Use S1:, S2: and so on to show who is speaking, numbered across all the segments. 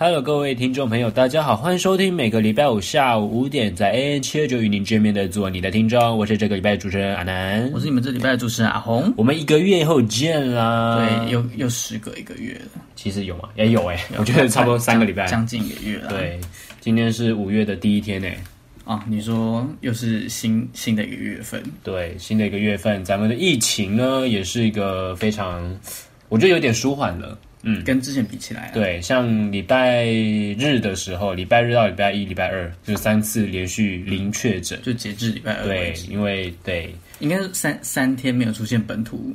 S1: Hello，各位听众朋友，大家好，欢迎收听每个礼拜五下午五点在 AN 七二九与您见面的做你的听众，我是这个礼拜的主持人阿南
S2: 我。是你们这礼拜的主持人阿红。
S1: 我们一个月后见啦！
S2: 对，，又又时隔一个月 了，
S1: 其实有吗？也有哎、我觉得差不多三个礼拜。
S2: 将近一个月了。
S1: 对，今天是五月的第一天哎、
S2: 啊，你说又是新新的一个月份，
S1: 对，新的一个月份，咱们的疫情呢也是一个非常，我觉得有点舒缓了。嗯，
S2: 跟之前比起来、啊，
S1: 对，像礼拜日的时候，礼拜日到礼拜一、礼拜二，就三次连续零确诊。
S2: 就截至礼拜二为
S1: 对，
S2: 止，
S1: 因为对，
S2: 应该是三三天没有出现本土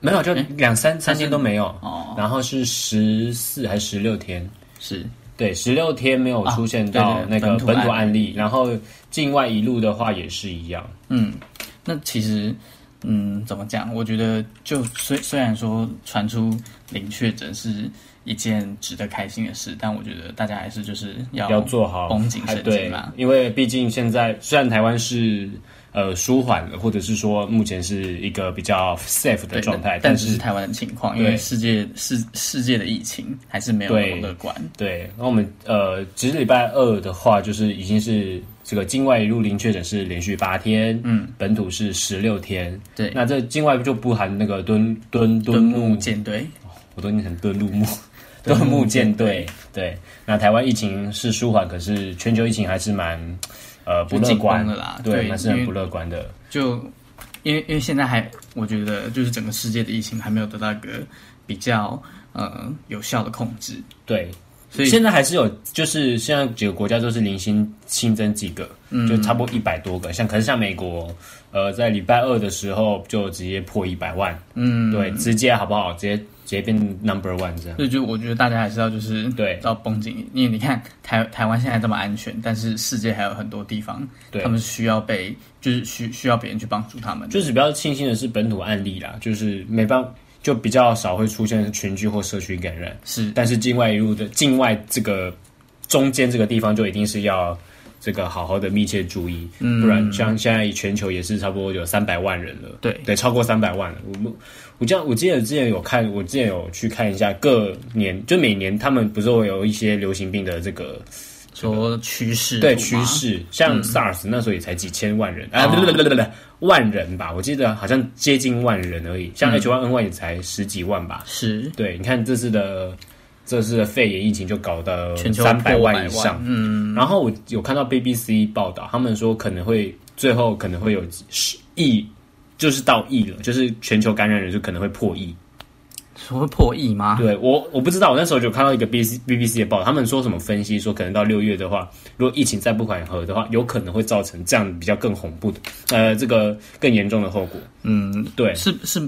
S1: 没有，就两三三
S2: 是
S1: 天都没有。
S2: 哎哦，
S1: 然后是十四还是十六天？
S2: 是
S1: 对，十六天没有
S2: 啊
S1: 出现
S2: 对
S1: 到
S2: 对
S1: 那个
S2: 本土
S1: 本土
S2: 案
S1: 案例，然后境外一路的话也是一样。
S2: 嗯，那其实，嗯，怎么讲？我觉得就，虽虽然说传出零确诊是一件值得开心的事，但我觉得大家还是就是要
S1: 要做好
S2: 绷紧
S1: 还
S2: 神
S1: 对
S2: 经啦。
S1: 因为毕竟现在虽然台湾是呃舒缓了，或者是说目前是一个比较 safe 的
S2: 对，
S1: 状态，
S2: 但
S1: 但
S2: 只是
S1: 是
S2: 台湾的情况，因
S1: 对
S2: 为世界世世界的疫情还是没有那么
S1: 对
S2: 乐观。
S1: 对，那我们呃，其实礼拜二的话，就是已经是这个境外入零确诊是连续八天，
S2: 嗯，
S1: 本土是十六天。
S2: 对，
S1: 那这境外就不含那个敦敦敦
S2: 敦睦
S1: 睦，
S2: 舰队
S1: 我都念成敦 睦木，敦睦舰队。对，那台湾疫情是舒缓，可是全球疫情还是蛮呃不
S2: 就
S1: 乐
S2: 紧绷
S1: 观
S2: 了，啦，
S1: 对，还是很
S2: 因
S1: 不
S2: 为
S1: 乐观的。
S2: 就因为因为现在还我觉得就是整个世界的疫情还没有得到一个比较呃有效的控制，
S1: 对，
S2: 所以
S1: 现在还是有，就是现在几个国家都是零星新增几个，
S2: 嗯
S1: 就差不多一百多个。像可是像美国，呃，在礼拜二的时候就直接破一百万，
S2: 嗯，
S1: 对，直接好不好？直接直接变 number one 这样。
S2: 所以就我觉得大家还是要就是
S1: 对
S2: 要绷紧，因为你看台台湾现在这么安全，但是世界还有很多地方，
S1: 对
S2: 他们需要被就是需需要别人去帮助他们。
S1: 就是比较庆幸的是本土案例啦，就是没办法，就比较少会出现群聚或社区感染，
S2: 是
S1: 但是境外一路的境外这个中间这个地方就一定是要。这个好好的密切注意，不然像现在全球也是差不多有三百万人了，
S2: 对
S1: 对，超过三百万了。我们我这样，我记得之前有看，我之前有去看一下各年，就每年他们不是会有一些流行病的这个
S2: 说趋势
S1: 对
S2: 图
S1: 趋
S2: 嘛，
S1: 势，像 SARS 那时候也才几千万人，啊，不不不不不，万人吧，我记得好像接近万人而已。像 H1N1 也才十几万吧。
S2: 是
S1: 对，你看这次的这次的肺炎疫情就搞到
S2: 全球
S1: 三百
S2: 破
S1: 万
S2: 百
S1: 以上
S2: 万。
S1: 嗯，然后我有看到 BBC 报道，他们说可能会最后可能会有十亿，就是到亿了，就是全球感染人数可能会破亿。
S2: 说会破亿吗？
S1: 对我我不知道，我那时候就看到一个 B C B B C 的报道，他们说什么分析说，可能到六月的话，如果疫情再不缓和的话，有可能会造成这样比较更恐怖的，呃，这个更严重的后果。
S2: 嗯，
S1: 对
S2: 是是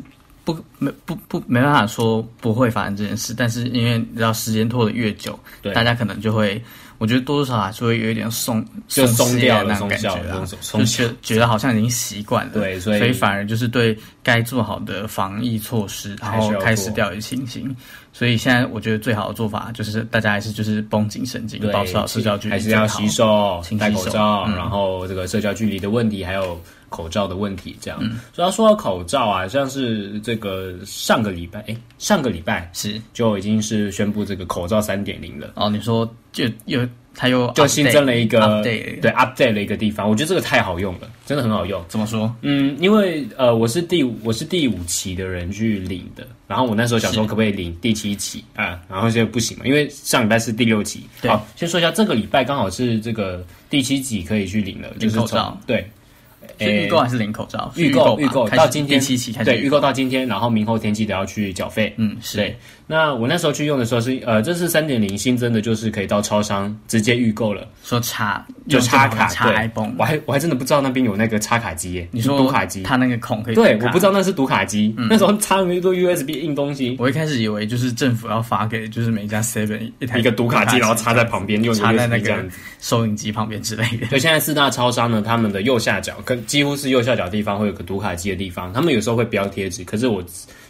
S2: 不没不不没办法说不会发生这件事，但是因为你知道时间拖得越久，
S1: 对
S2: 大家可能就会，我觉得多多少少还是会有一点松
S1: 就
S2: 松
S1: 松掉了
S2: 那种感觉啊，
S1: 松懈
S2: 就
S1: 了松懈
S2: 觉得觉得好像已经习惯了，
S1: 对
S2: 所
S1: 所以
S2: 反而就是对该做好的防疫措施，然
S1: 还是
S2: 后
S1: 要
S2: 开始
S1: 做
S2: 掉以轻心。所以现在我觉得最好的做法就是大家还是就是绷紧神经，
S1: 对，
S2: 保持好社交距离，
S1: 还是要洗。手
S2: 勤、
S1: 戴
S2: 洗
S1: 口
S2: 手
S1: 罩，
S2: 嗯
S1: 然后这个社交距离的问题，还有口罩的问题，这样。
S2: 嗯
S1: 所以要说到口罩啊，像是这个上个礼拜，哎，上个礼拜
S2: 是
S1: 就已经是宣布这个口罩三点零了。
S2: 哦，你说就又他又
S1: 就新增了一个
S2: update，
S1: 对 update 了一个地方，我觉得这个太好用了，真的很好用。
S2: 怎么说？
S1: 嗯，因为呃，我是第五我是第五期的人去领的，然后我那时候想说
S2: 是
S1: 可不可以领第七期啊，然后现在不行嘛，因为上礼拜是第六期。
S2: 对
S1: 好，先说一下这个礼拜刚好是这个第七期可以去领了，就是
S2: 口
S1: 从
S2: 罩
S1: 对，
S2: 是预
S1: 诶
S2: 购还是零口罩？是
S1: 预购
S2: 吧
S1: 预购
S2: 开始
S1: 到今天
S2: 第七期开始
S1: 对预购到今天，然后明后天记得要去缴费。
S2: 嗯是
S1: 对，那我那时候去用的时候是呃，这是三点零新增的，就是可以到超商直接预购了。
S2: 说插
S1: 就插卡
S2: 插
S1: 对
S2: iPhone，
S1: 我还我还真的不知道那边有那个插卡机耶，
S2: 你说
S1: 读卡机？
S2: 它那个孔可以
S1: 对，
S2: 插卡嗯
S1: 我不知道。那是读卡机，那时候插了一堆 USB 硬东西，
S2: 我一开始以为就是政府要发给就是每家 Seven 一台
S1: 一个读卡机，然后插在旁边用
S2: 嗯插在那
S1: USB 这
S2: 个
S1: 样子。
S2: 收银机旁边之类的。
S1: 所以现在四大超商呢，他们的右下角跟几乎是右下角地方会有个读卡机的地方，他们有时候会标贴纸，可是我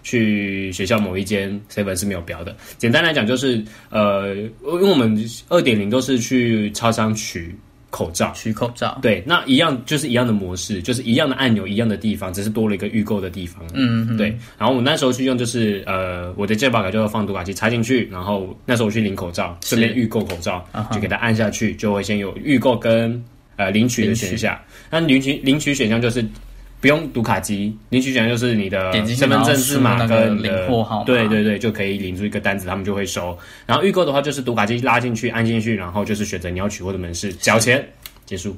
S1: 去学校某一间 seven 是没有标的。简单来讲就是，呃，因为我们二点零都是去超商取口罩，
S2: 取口罩，
S1: 对，那一样就是一样的模式，就是一样的按钮，一样的地方，只是多了一个预购的地方。
S2: 嗯，
S1: 对，然后我那时候去用就是呃，我的健保卡就要放读卡机插进去，然后那时候我去领口罩，顺便预购口罩，就给它按下去，就会先有预购跟呃领取的选项。那领取领取选项就是不用读卡机，领取选项就是你的
S2: 点进去
S1: 身份证字码
S2: 然后输入那个
S1: 跟你的
S2: 领货号码
S1: 对对对，就可以领出一个单子，他们就会收。然后预购的话就是读卡机拉进去按进去，然后就是选择你要取货的门市，缴钱结束，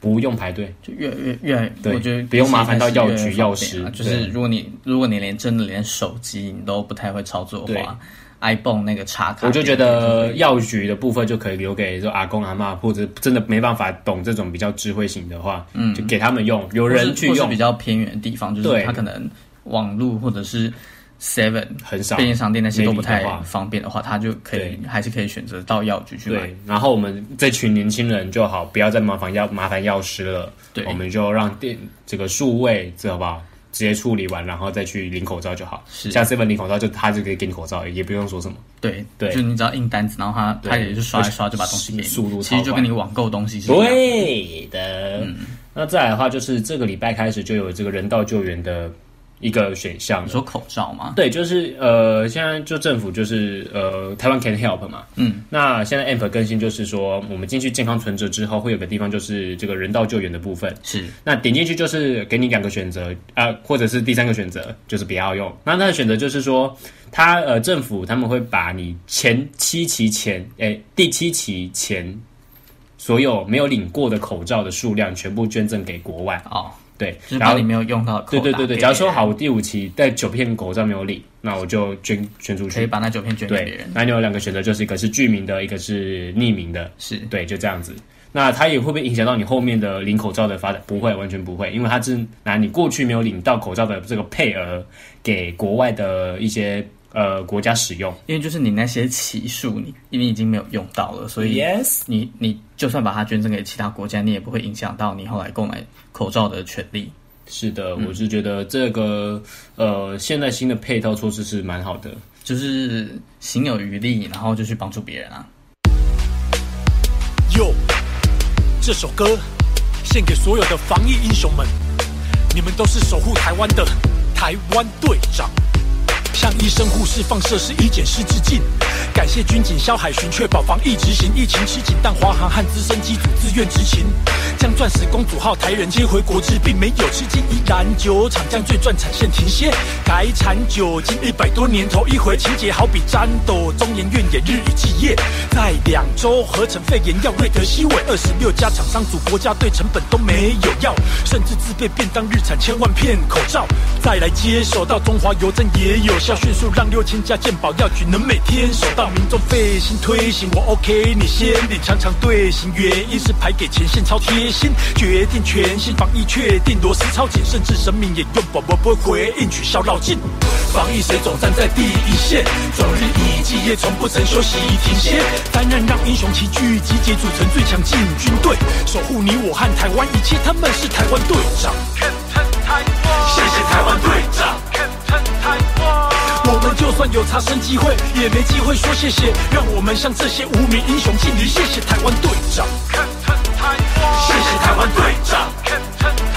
S1: 不用排队。
S2: 就越越越来，
S1: 对
S2: 我觉得
S1: 不用麻烦到药
S2: 现
S1: 局
S2: 在是越来越
S1: 药师
S2: 方便了啊就
S1: 对
S2: 是如果你如果你连真的连手机你都不太会操作的话，iPhone 那个插卡，
S1: 我就觉得药局的部分就可以留给说阿公阿妈，或者真的没办法懂这种比较智慧型的话，嗯，就给他们用，有
S2: 有
S1: 人去用
S2: 比较偏远的地方，就
S1: 对
S2: 是他可能网络或者是 Seven
S1: 很少。
S2: 便利商店那些都
S1: maybe
S2: 不太
S1: 的话
S2: 方便的话，他就可以
S1: 对
S2: 还是可以选择到药局去买。
S1: 对，然后我们这群年轻人就好，不要再麻烦药麻烦药师了，
S2: 对
S1: 我们就让电这个数位，知道吧？直接处理完，然后再去领口罩就好。
S2: 是
S1: 像 seven 领口罩就他就可以给你口罩，也不用说什么。
S2: 对
S1: 对
S2: 就是你只要印单子，然后他
S1: 对
S2: 他也是刷一刷就把东西给你，
S1: 速度
S2: 其
S1: 超
S2: 实就
S1: 快
S2: 跟你网购东西是一样的。
S1: 对的。那再来的话，就是这个礼拜开始就有这个人道救援的一个选项
S2: 你
S1: 了。
S2: 说口罩吗？
S1: 对，就是呃，现在就政府就是呃，台湾 Can Help 嘛，
S2: 嗯，
S1: 那现在 App 更新就是说，我们进去健康存折之后，会有个地方就是这个人道救援的部分。
S2: 是
S1: 那点进去就是给你两个选择啊、呃或者是第三个选择就是不要用。那它的选择就是说，它呃政府他们会把你前七期前诶、第七期前所有没有领过的口罩的数量全部捐赠给国外。
S2: 哦，
S1: 对
S2: 就，是
S1: 然
S2: 把
S1: 后
S2: 你没有用到的口
S1: 对
S2: 罩
S1: 对对对，
S2: 给
S1: 假如说
S2: 别人
S1: 好，我第五期带九片口罩没有领，那我就捐捐出
S2: 可以
S1: 去。
S2: 把那九片捐给别
S1: 对
S2: 人，，
S1: 那你有两个选择，就是一个是具名的，一个是匿名的。
S2: 是
S1: 对，就这样子。那它也会不会影响到你后面的领口罩的发展？不会，完全不会，因为它是拿你过去没有领到口罩的这个配额给国外的一些呃国家使用。
S2: 因为就是你那些期数，你因为已经没有用到了，所以
S1: yes，
S2: 你你就算把它捐赠给其他国家，你也不会影响到你后来购买口罩的权利。
S1: 是的，我是觉得这个呃现在新的配套措施是蛮好的。
S2: 就是行有余力，然后就去帮助别人啊。
S3: 哟，这首歌献给所有的防疫英雄们，你们都是守护台湾的台湾队长。向医生、护士、放射师、医检师致敬，感谢军警、萧海巡确保防疫执行。疫情吃紧，但华航和资深机组自愿执行，将钻石公主号台人接回国之，并没有吃惊，依然酒厂将最赚产线停歇，改产酒精一百多年头一回，情节好比战斗，忠言怨言日以继夜，在两周合成肺炎药瑞德西韦，二十六家厂商组国家队成本都没有要，甚至自备便当日产千万片口罩，再来接手到中华邮政也有效，迅速让六千家健保药局能每天收到民众费心推行，我 OK 你先领，常常队形原因是排给前线超贴心，决定全新防疫确定螺丝超紧，甚至神明也用宝宝不回应取消绕境，防疫谁总站在第一线，终日以继夜，从不曾休息停歇，担任让英雄齐聚集结组成最强劲军队，守护你我和台湾一切，他们是台湾队长。谢谢台湾队长。我们就算有差生机会，也没机会说谢谢。让我们向这些无名英雄敬礼，谢谢台湾队长。谢谢台湾队长。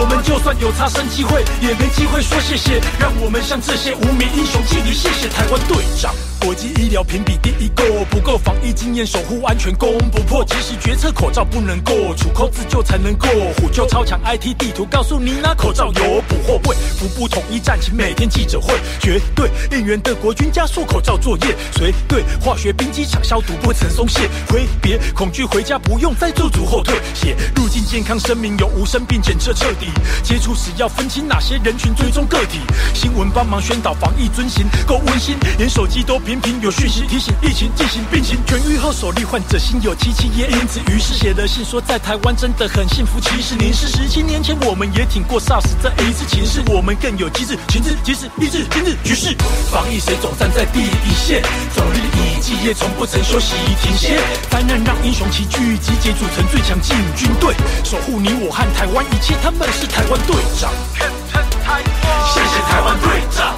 S3: 我们就算有差生机会，也没机会说谢谢。让我们向这些无名英雄敬礼，谢谢台湾队长。国际医疗评比第一够不够？防疫经验守护安全攻不破，及时决策口罩不能过，楚扣自救才能过。虎丘超强 IT 地图告诉你拿口罩有补货会，服部统一战情每天记者会，绝对应援的国军加速口罩作业，随队化学兵机场消毒不曾松懈，挥别恐惧回家不用再做足后退，写入境健康声明有无生病检测彻底，接触时要分清哪些人群追踪个体，新闻帮忙宣导防疫遵循够温馨，连手机都频频有讯息提醒疫情进行并行，痊愈后首例患者心有戚戚也因此于是写了信说在台湾真的很幸福，其实您是十七年前我们也挺过 SARS 这一次情势，我们更有机智、情智、机智、意志、今日局势，防疫谁总站在第一线，总日以继夜，从不曾休息停歇，担任让英雄齐聚集结组成最强劲军队，守护你我和台湾一切，他们是台湾队长。谢谢谢台湾队长。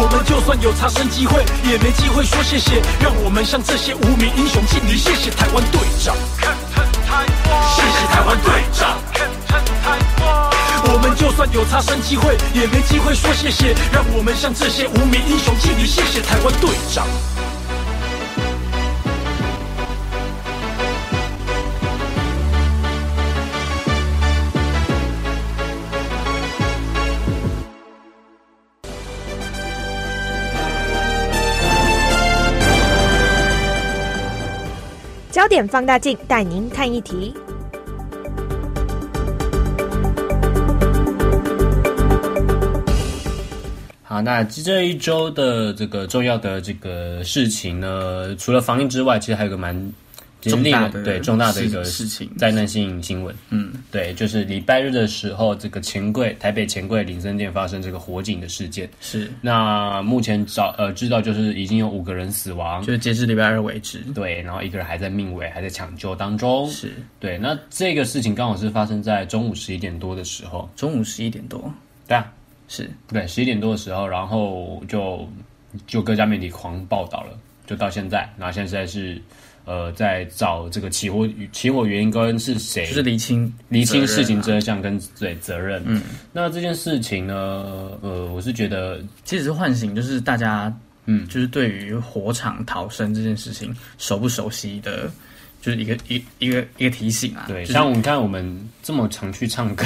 S3: 我们就算有查生机会，也没机会说谢谢。让我们向这些无名英雄敬礼，谢谢台湾队长。谢谢台湾队长。我们就算有差生机会，也没机会说谢谢。让我们向这些无名英雄敬礼，谢谢台湾队长。
S4: 焦点放大镜带您看一题。
S1: 好，那这一周的这个重要的这个事情呢，除了防疫之外，其实还有个蛮其实
S2: 重
S1: 令
S2: 大
S1: 人
S2: 的
S1: 对重大的一
S2: 事
S1: 个
S2: 事情
S1: 灾难性新闻。
S2: 嗯，
S1: 对，就是礼拜日的时候，这个钱柜台北钱柜林森店发生这个火警的事件。
S2: 是，
S1: 那目前找呃知道就是已经有五个人死亡，
S2: 就是截至礼拜二为止。
S1: 对，然后一个人还在命危，还在抢救当中。
S2: 是
S1: 对，那这个事情刚好是发生在中午十一点多的时候，
S2: 中午十一点多，
S1: 对啊，
S2: 是
S1: 对，十一点多的时候，然后就就各家媒体狂报道了，就到现在，然后现在是呃在找这个起火起火原因跟是谁，
S2: 就是厘清
S1: 厘清
S2: 责任啊
S1: 事情真相跟对责任。嗯，那这件事情呢，呃，我是觉得
S2: 啊其实是唤醒就是大家，
S1: 嗯
S2: 就是对于火场逃生这件事情熟不熟悉的，就是一个一一个一个提醒啊。
S1: 对，
S2: 就是
S1: 像我们看我们这么常去唱 歌，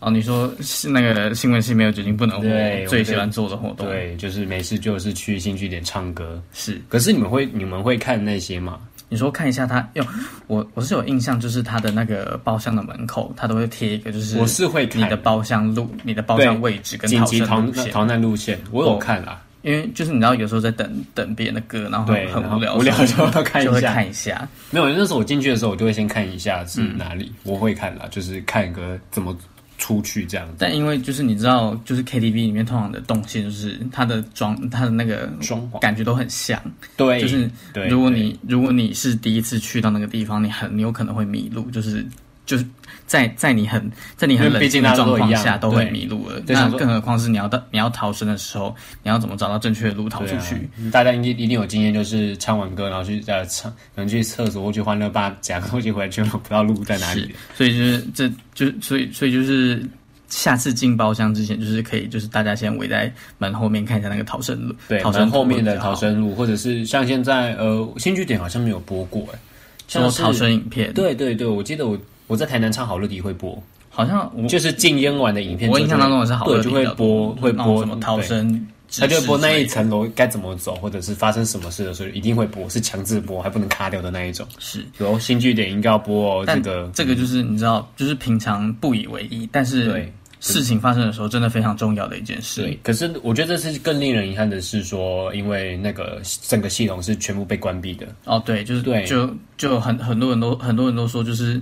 S2: 哦，你说是那个新闻系没有酒精不能
S1: 对
S2: 活，
S1: 我
S2: 最
S1: 觉
S2: 喜
S1: 得
S2: 欢做的活动，，
S1: 对，就是没事就是去新据点唱歌。
S2: 是
S1: 可是你们会你们会看那些吗？
S2: 你说看一下他，哟，我我是有印象，就是他的那个包厢的门口，他都会贴一个，就是
S1: 我是会看
S2: 你的包厢路、你的包厢位置跟
S1: 紧
S2: 逃
S1: 急
S2: 生
S1: 逃
S2: 路
S1: 难
S2: 线，
S1: 逃难路线，我有
S2: 哦
S1: 看啦。
S2: 因为就是你知道有时候在等等别人的歌，然后
S1: 对
S2: 很很
S1: 然后
S2: 无聊，
S1: 无聊就要看一
S2: 就会
S1: 下
S2: 看一下，
S1: 没有，那时候我进去的时候，我就会先看一下是
S2: 嗯
S1: 哪里，我会看啦，就是看个怎么出去这样子。
S2: 但因为就是你知道，就是 KTV 里面通常的动线就是它的装它的那个
S1: 装潢哎
S2: 感觉都很像，
S1: 对，
S2: 就是
S1: 对
S2: 如果
S1: 对
S2: 你如果你是第一次去到那个地方，你很有可能会迷路，就是就是在在你很在你很
S1: 因为
S2: 冷
S1: 毕
S2: 静
S1: 竟
S2: 的
S1: 大家
S2: 状
S1: 都一样
S2: 况下都会
S1: 对
S2: 迷路了，
S1: 对
S2: 那
S1: 想说
S2: 更何况是你要到你要逃生的时候，你要怎么找到正确的路逃出
S1: 对啊
S2: 去？
S1: 大家一定一定有经验，就是唱完歌然后去呃唱，可能去厕所或去欢乐吧夹个东西回来，就不知道路在哪
S2: 是
S1: 里。，
S2: 所以就是这就是所以所以就是。下次进包厢之前，就是可以，就是大家先围在门后面看一下那个逃生路，
S1: 对，
S2: 逃
S1: 然
S2: 生
S1: 后后面的
S2: 路比较
S1: 逃
S2: 好
S1: 生路，或者是像现在呃新据点好像没有播过哎、
S2: 说
S1: 像是
S2: 逃生影片，，
S1: 对对对，我记得我我在台南唱好乐迪会播，
S2: 好像我
S1: 就是禁烟完的影片之后就会，
S2: 嗯我印象当中也是好乐
S1: 对，
S2: 迪
S1: 就会
S2: 的
S1: 播会
S2: 那种
S1: 播
S2: 什么逃
S1: 对
S2: 生指示之类的，
S1: 他就会播那一层楼该怎么走，或者是发生什么事的时候，一定会播，是强制播，还不能卡掉的那一种。
S2: 是。
S1: 然后新据点应该要播哦，这
S2: 但
S1: 个
S2: 这个就是你知道，就是平常不以为意，但是
S1: 对
S2: 事情发生的时候，真的非常重要的一件事。
S1: 对。可是我觉得这是更令人遗憾的是说，因为那个整个系统是全部被关闭的，
S2: 哦，对，就是
S1: 对
S2: 就就很很多人都很多人都说，就是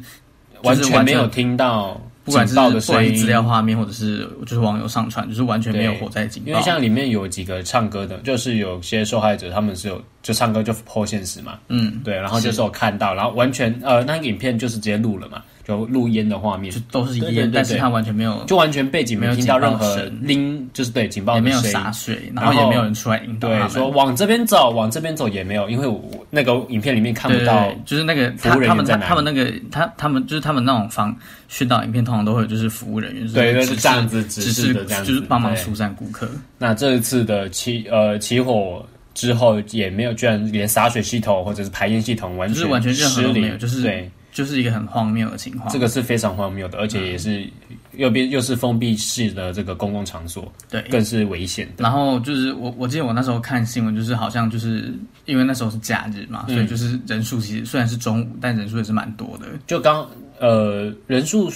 S1: 完
S2: 就是
S1: 全没有听到
S2: 不管是
S1: 警
S2: 不
S1: 报的声
S2: 管是
S1: 音
S2: 资。料画面，或者是就是网友上传，就是完全没有活在警报。
S1: 因为像里面有几个唱歌的，就是有些受害者他们是有就唱歌就破现实嘛，
S2: 嗯，
S1: 对，然后就是有看到，然后完全呃那个影片就是直接录了嘛，就录烟的画面，
S2: 就都是
S1: 对对
S2: 烟，
S1: 对
S2: 但是
S1: 对
S2: 他完全没有，
S1: 就完全背景没听到任
S2: 没有
S1: 何
S2: 警报声
S1: 铃，就是对警报
S2: 也
S1: 的
S2: 没有
S1: 声
S2: 洒
S1: 音。
S2: 水，
S1: 然
S2: 然后也
S1: 后
S2: 没有人出来引导他
S1: 对，
S2: 们。
S1: 说往这边走，往这边走也没有，因为我那个影片里面看
S2: 对
S1: 不
S2: 对
S1: 到
S2: 对，就是那个他
S1: 服务人员
S2: 他们
S1: 在
S2: 他
S1: 哪里
S2: 他们那个他他们就是他们那种防宣导影片，通常都会有就是服务人员，
S1: 对
S2: 就
S1: 就是是
S2: 指
S1: 这样子
S2: 只
S1: 指示
S2: 是
S1: 的这样子
S2: 就是帮忙
S1: 对
S2: 疏散顾客。
S1: 那这一次的起呃起火之后也没有，居然连洒水系统或者是排烟系统完
S2: 就是
S1: 全
S2: 完全任何
S1: 失
S2: 都没有
S1: 灵，
S2: 就是啊
S1: 对
S2: 就是一个很荒谬的情况。
S1: 这个是非常荒谬的，而且也
S2: 嗯
S1: 是右边又是封闭式的这个公共场所，
S2: 对，
S1: 更是危险的。
S2: 然后就是我我记得我那时候看新闻，就是好像就是因为那时候是假日嘛，
S1: 嗯
S2: 所以就是人数其实虽然是中午，但人数也是蛮多的。
S1: 就刚呃人数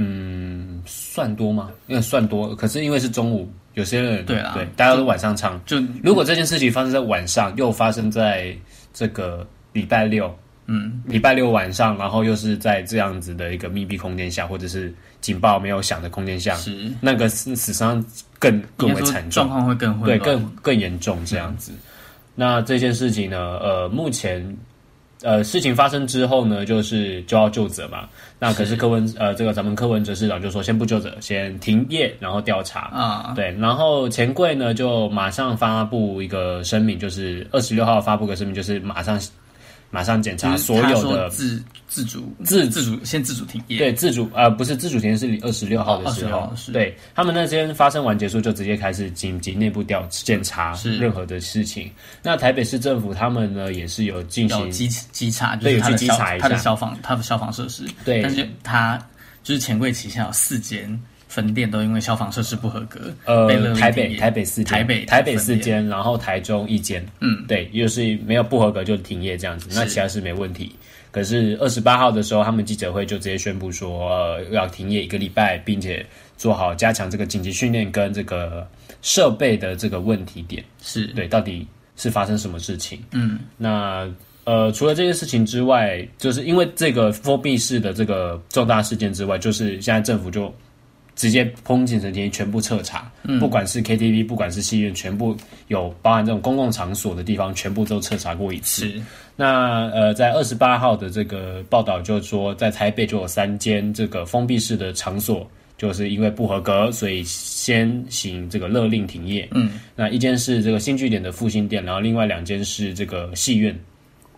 S1: 嗯算多吗？因为算多，可是因为是中午，有些人
S2: 对啦
S1: 对，大家都晚上唱。
S2: 就
S1: 如果这件事情发生在晚上，又发生在这个礼拜六，
S2: 嗯，
S1: 礼拜六晚上，然后又是在这样子的一个密闭空间下，或者是警报没有响的空间下，
S2: 是
S1: 那个死死伤更更
S2: 应
S1: 为
S2: 该说
S1: 惨
S2: 状
S1: 重。
S2: 况会更嗯混
S1: 对，
S2: 乱，
S1: 更更严重这样子。那这件事情呢，呃，目前呃事情发生之后呢，就是就要就责嘛。那可是柯文呃这个咱们柯文哲市长就说先不就责，先停业，然后调查。
S2: 啊，
S1: 对，然后钱柜呢就马上发布一个声明，就是二十六号发布个声明，就是马上马上检查
S2: 就是
S1: 所
S2: 他
S1: 有
S2: 说
S1: 的
S2: 自自主
S1: 自
S2: 自主先自主停业，
S1: 对，自主呃不是自主田是二十六号的时候，
S2: 哦26号是
S1: 对他们那天发生完结束就直接开始紧急内部调检查
S2: 是
S1: 任何的事情。那台北市政府他们呢也是有进
S2: 要
S1: 行
S2: 稽稽查，就
S1: 对
S2: 是
S1: 有
S2: 他
S1: 去
S2: 的
S1: 稽
S2: 消
S1: 查一
S2: 他的
S1: 下
S2: 消防他的消防设施，
S1: 对
S2: 但是他就是钱柜旗下有四间分店都因为消防设施不合格，
S1: 呃
S2: 被勒令
S1: 台
S2: 停
S1: 北
S2: 业
S1: 台北四间
S2: 台北
S1: 台北四
S2: 分店，
S1: 间，然后台中一间，
S2: 嗯，
S1: 对，又是没有不合格就停业这样子，那
S2: 是
S1: 其他是没问题。可是二十八号的时候，他们记者会就直接宣布说，呃，要停业一个礼拜，并且做好加强这个紧急训练跟这个设备的这个问题点。
S2: 是
S1: 对，到底是发生什么事情？
S2: 嗯，
S1: 那呃，除了这件事情之外，就是因为这个封闭式的这个重大事件之外，就是现在政府就直接抨击成天全部彻查，
S2: 嗯
S1: 不管是 KTV，不管是戏院，全部有包含这种公共场所的地方，全部都彻查过一次。
S2: 是
S1: 那呃，在二十八号的这个报道就说，在台北就有三间这个封闭式的场所，就是因为不合格，所以先行这个勒令停业。
S2: 嗯，
S1: 那一间是这个新据点的复兴店，然后另外两间是这个戏院，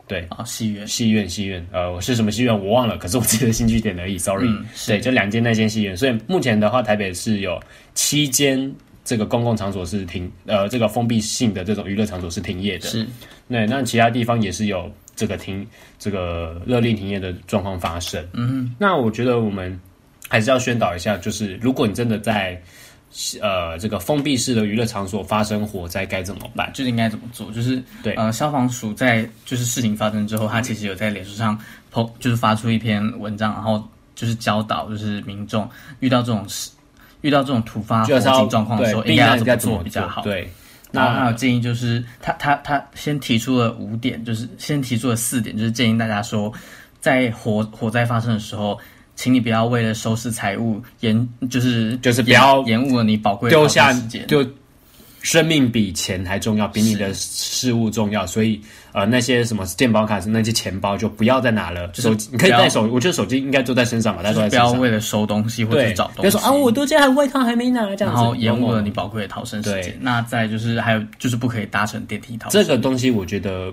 S1: 对，
S2: 啊，戏院
S1: 戏院戏院，呃，是什么戏院我忘了，可是我记得新据点而已，sorry、
S2: 嗯是
S1: 对，就两间那间戏院，所以目前的话，台北是有七间这个公共场所是停，呃，这个封闭性的这种娱乐场所是停业的。
S2: 是
S1: 对，那其他地方也是有这个停这个勒令停业的状况发生。
S2: 嗯，
S1: 那我觉得我们还是要宣导一下，就是如果你真的在呃这个封闭式的娱乐场所发生火灾，该怎么办？
S2: 就是应该怎么做，就是
S1: 对
S2: 呃，消防署在就是事情发生之后，他其实有在脸书上 po 就是发出一篇文章，然后就是教导就是民众遇到这种事。遇到这种突啊发火
S1: 就是要
S2: 警状况的时候，
S1: 对避
S2: 应该要
S1: 难
S2: 怎
S1: 该
S2: 么
S1: 怎么
S2: 做比较好？
S1: 对，
S2: 然后他
S1: 那
S2: 有建议就是他他他先提出了五点，就是先提出了四点，就是建议大家说，在火火灾发生的时候，请你不要为了收拾财物延，就是
S1: 就是不
S2: 延
S1: 要
S2: 延误了你宝贵的
S1: 丢
S2: 逃
S1: 下
S2: 生时间。
S1: 就生命比钱还重要，比你的事物重要，所以呃那些什么健保卡那些钱包就不要再拿了，
S2: 是
S1: 手机你可以
S2: 不要
S1: 带手，我觉得手机应该都在身上吧，大家
S2: 就是
S1: 都在
S2: 不
S1: 身
S2: 要
S1: 上。
S2: 为了收东西或者
S1: 对
S2: 是找，东
S1: 别
S2: 西，
S1: 说啊，我都家还有外套还没拿，这样
S2: 然
S1: 子哦
S2: 后延误了你
S1: 你。
S2: 宝贵的逃生时间
S1: 对。
S2: 那再就是还有就是不可以搭乘电梯逃生。
S1: 这个东西我觉得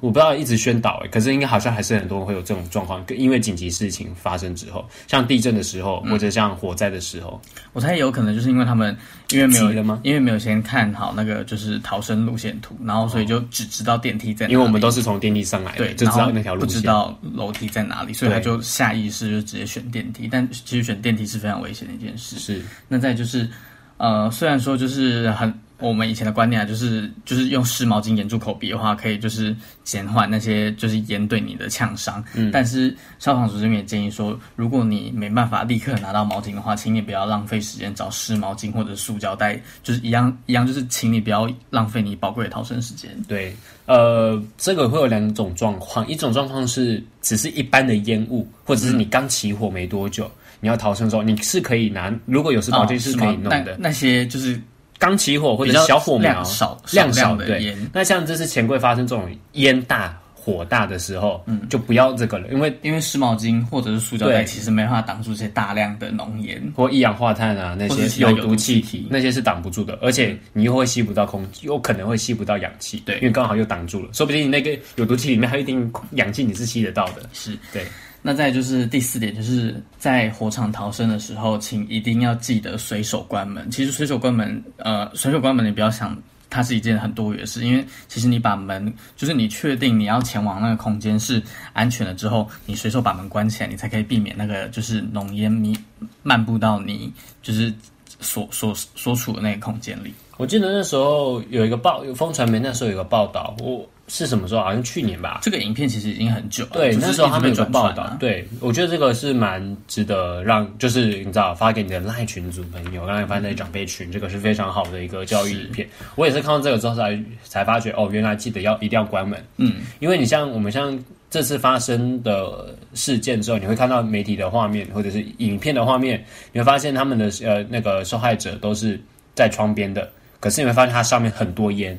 S1: 我不知道一直宣导、欸，可是应该好像还是很多人会有这种状况，因为紧急事情发生之后，像地震的时候，或者像火灾的时候，
S2: 我猜有可能就是因为他们因为没
S1: 急了吗
S2: 有因为没有先看好那个就是逃生路线图，然后所以就只知道电梯在哪里，
S1: 哦因为我们都是从电梯上来的，
S2: 对，
S1: 就知
S2: 然
S1: 道
S2: 后
S1: 那条路
S2: 不知
S1: 线。
S2: 道楼梯在哪里，所以
S1: 对
S2: 他就下意识就直接选电梯。但其实选电梯是非常危险的一件事。
S1: 是
S2: 那再就是，呃，虽然说就是很我们以前的观念啊，就是就是用湿毛巾掩住口鼻的话，可以就是减缓那些就是烟对你的呛伤。嗯、但是消防署这边也建议说，如果你没办法立刻拿到毛巾的话，请你不要浪费时间找湿毛巾或者塑胶袋，就是一样一样，就是请你不要浪费你宝贵的逃生时间。
S1: 对，呃，这个会有两种状况，一种状况是只是一般的烟雾，或者是你刚起火没多久，你要逃生的时候，你是可以拿，如果有湿毛巾哦是可以
S2: 吗
S1: 弄的
S2: 啊那。那些就是
S1: 刚起火或者
S2: 比较
S1: 小火苗
S2: 量少
S1: 量
S2: 少
S1: 少
S2: 量的
S1: 对
S2: 烟。
S1: 那像这次钱柜发生这种烟大火大的时候，嗯，就不要这个了，因为
S2: 因为湿毛巾或者是塑胶袋
S1: 对
S2: 其实没办法挡住这些大量的浓烟。
S1: 或一氧化碳啊那
S2: 或者
S1: 些
S2: 是有
S1: 毒
S2: 毒
S1: 气
S2: 气
S1: 嗯
S2: 体
S1: 那些是挡不住的，而且你又会吸不到空气，有可能会吸不到氧气，
S2: 对
S1: 因为刚好又挡住了，说不定你那个有毒气里面还有一定氧气，你是吸得到的，
S2: 是，
S1: 对，
S2: 那再就是第四点，就是在火场逃生的时候，请一定要记得随手关门。其实随手关门，呃，随手关门你不要想它是一件很多余的事，因为其实你把门，就是你确定你要前往那个空间是安全了之后，你随手把门关起来，你才可以避免那个就是浓烟弥漫步到你就是所所所处的那个空间里。
S1: 我记得那时候有一个报，有风传媒那时候有个报道，我是什么时候？好像去年吧。
S2: 这个影片其实已经很久了，
S1: 对，
S2: 就是
S1: 那时候
S2: 一直
S1: 他们
S2: 被
S1: 有个
S2: 转
S1: 报
S2: 传
S1: 道
S2: 啊，
S1: 对我觉得这个是蛮值得让，就是你知道发给你的赖群组朋友，让你发给长辈群，这个是非常好的一个教育影片。我也是看到这个之后才才发觉，哦，原来记得要一定要关门，
S2: 嗯，
S1: 因为你像我们像这次发生的事件之后，你会看到媒体的画面或者是影片的画面，你会发现他们的呃那个受害者都是在窗边的，可是你会发现它上面很多烟，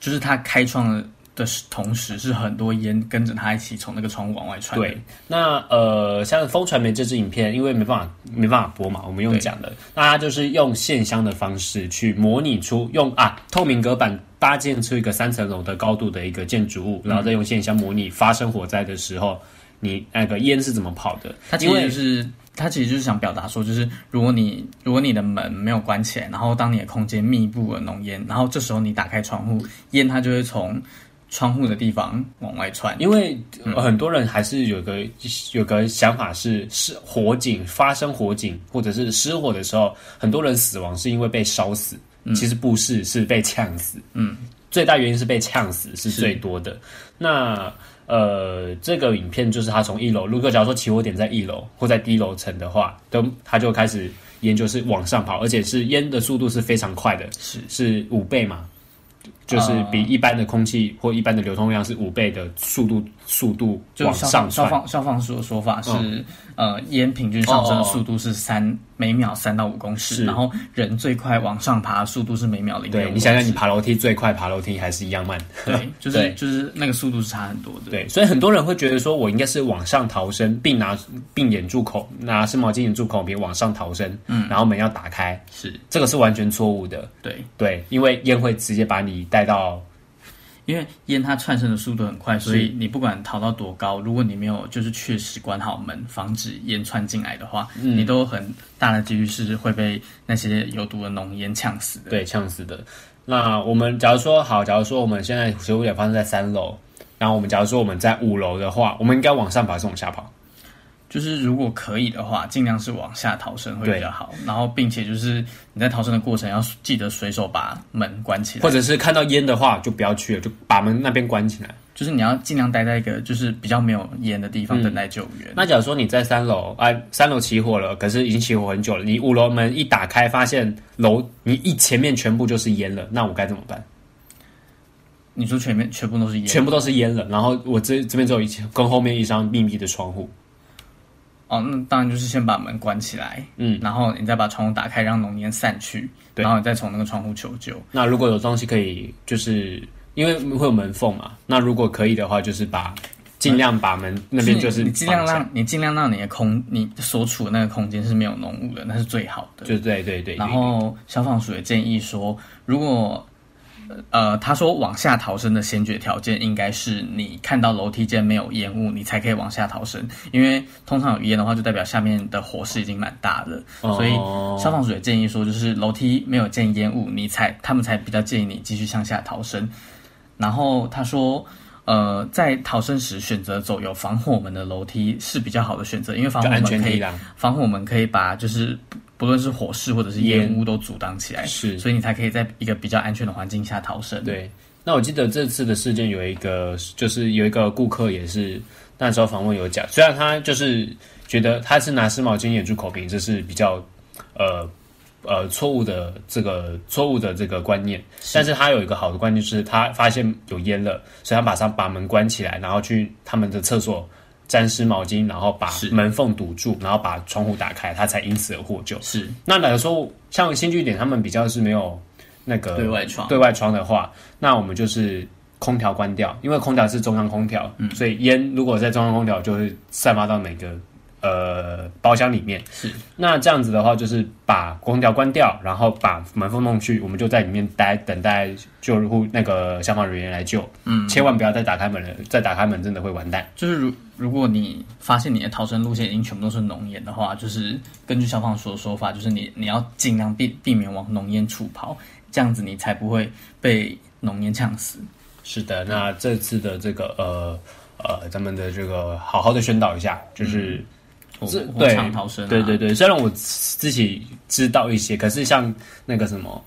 S2: 就是他开创了的同时，是很多烟跟着他一起从那个窗户往外窜。
S1: 对，，那呃，像风传媒这支影片，因为没办法没办法播嘛，我们用
S2: 对
S1: 讲的，那它就是用线香的方式去模拟出用啊透明隔板搭建出一个三层楼的高度的一个建筑物，然后再用线香模拟发生火灾的时候，你那个烟是怎么跑的？
S2: 他其
S1: 因
S2: 实
S1: 为
S2: 就是他其实就是想表达说，就是如果你如果你的门没有关起来，然后当你的空间密布了浓烟，然后这时候你打开窗户，烟它就会从窗户的地方往外窜。
S1: 因为、呃很多人还是有个有个想法是，是火警发生火警或者是失火的时候，很多人死亡是因为被烧死，其实不是，是被呛死。嗯，最大原因是被呛死是最多的。那呃，这个影片就是他从一楼，如果假如说起火点在一楼或在低楼层的话，都他就开始烟就是往上跑，而且是烟的速度是非常快的，
S2: 是
S1: 是啊五倍嘛，就是比一般的空气或一般的流通量是五倍的速度速度
S2: 就
S1: 往
S2: 消
S1: 上
S2: 防消
S1: 窜。
S2: 防消防署的说法是，呃，烟平均上升的速度是三每秒三到五公
S1: 是
S2: 尺，然后人最快往上爬的速度是每秒零点五
S1: 对
S2: 公
S1: 你
S2: 尺。
S1: 想想，你爬楼梯最快，爬楼梯还是一样慢。
S2: 对，就
S1: 对
S2: 是就是那个速度是差很多的。
S1: 对，所以很多人会觉得说我应该是往上逃生，并拿并掩住口，拿湿毛巾掩住口鼻往上逃生，嗯，然后门要打开，
S2: 是，
S1: 这个是完全错误的。
S2: 对，
S1: 对，因为烟会直接把你带到
S2: 因为烟它窜升的速度很快，所以你不管逃到多高，如果你没有就是确实关好门，防止烟窜进来的话，
S1: 嗯
S2: 你都很大的几率是会被那些有毒的浓烟呛死的。
S1: 对呛死的。那我们假如说好，假如说我们现在水污点发生在三楼，然后我们假如说我们在五楼的话，我们应该往上爬还是往下跑？
S2: 就是如果可以的话，尽量是往下逃生会比较好。然后，并且就是你在逃生的过程要记得随手把门关起来，
S1: 或者是看到烟的话，就不要去了，就把门那边关起来。
S2: 就是你要尽量待在一个就是比较没有烟的地方等待救援。
S1: 嗯那假如说你在三楼，哎、三楼起火了，可是已经起火很久了，你五楼门一打开，发现楼你一前面全部就是烟了，那我该怎么办？
S2: 你说全面全部都是烟，
S1: 全部都是烟了，然后我这这边只有一跟后面一张密闭的窗户，
S2: 哦，那当然就是先把门关起来，
S1: 嗯
S2: 然后你再把窗户打开，让浓烟散去，
S1: 对
S2: 然后你再从那个窗户求救。
S1: 那如果有东西可以，就是因为会有门缝嘛，那如果可以的话，就是把尽量把门那边就是
S2: 你尽量
S1: 绑起来
S2: 让你尽量让你的空你所处的那个空间是没有浓雾的，那是最好的。
S1: 就对对对，
S2: 然后消防署也建议说，如果呃，他说往下逃生的先决条件应该是你看到楼梯间没有烟雾，你才可以往下逃生。因为通常有烟的话，就代表下面的火势已经蛮大的，
S1: 哦
S2: 所以消防署也建议说，就是楼梯没有见烟雾，你才他们才比较建议你继续向下逃生。然后他说，呃，在逃生时选择走有防火门的楼梯是比较好的选择，因为防火
S1: 就安
S2: 门
S1: 全
S2: 可
S1: 梯
S2: 以
S1: 啦
S2: 防火门可以把就是不不论是火势或者是烟雾都阻挡起来，
S1: 是
S2: 所以你才可以在一个比较安全的环境下逃生。，
S1: 对，那我记得这次的事件有一个，就是有一个顾客也是那时候访问有讲，虽然他就是觉得他是拿湿毛巾掩住口鼻，这是比较呃呃错误的这个错误的这个观念，但是他有一个好的观念，就是他发现有烟了，所以他马上把门关起来，然后去他们的厕所。沾湿毛巾，然后把
S2: 是
S1: 门缝堵住，然后把窗户打开，他才因此而获救。
S2: 是
S1: 那假如说像新据点他们比较是没有那个
S2: 对外窗
S1: 对外窗的话，那我们就是空调关掉，因为空调是中央空调，
S2: 嗯
S1: 所以烟如果在中央空调就会散发到每个呃包厢里面。
S2: 是
S1: 那这样子的话，就是把空调关掉，然后把门缝弄去，我们就在里面待，等待救护那个消防人员来救。嗯，千万不要再打开门了，再打开门真的会完蛋。
S2: 就是如如果你发现你的逃生路线已经全部都是浓烟的话，就是根据消防署的说法，就是你你要尽量避避免往浓烟处跑，这样子你才不会被浓烟呛死。
S1: 是的，那这次的这个呃呃，咱们的这个好好的宣导一下，就是。
S2: 嗯火
S1: 是
S2: 火
S1: 对
S2: 场逃生、啊，
S1: 对对对，虽然我自己知道一些，可是像那个什么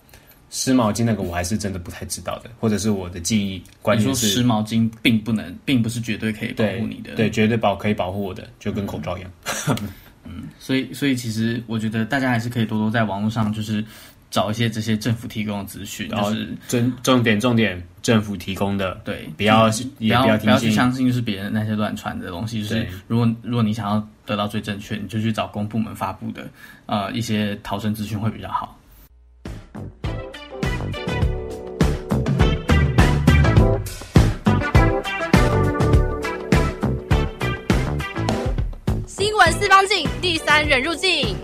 S1: 湿毛巾那个，我还是真的不太知道的，或者是我的记忆关
S2: 你
S1: 键
S2: 说
S1: 是
S2: 湿毛巾并不能，并不是绝对可以保
S1: 对
S2: 护你的，嗯
S1: 对，绝对保可以保护我的，就跟口罩一样。
S2: 所以所以其实我觉得大家还是可以多多在网络上就是找一些这些政府提供的资讯，
S1: 然
S2: 就
S1: 后
S2: 是
S1: 重重点重点，政府提供的，
S2: 对，嗯
S1: 不要也
S2: 不
S1: 要
S2: 要
S1: 听
S2: 去
S1: 信。
S2: 相信就是别人那些乱传的东西，就是
S1: 对
S2: 如果如果你想要得到最正确，你就去找公部门发布的呃一些逃生资讯会比较好。
S5: 四方镜，第三人入境。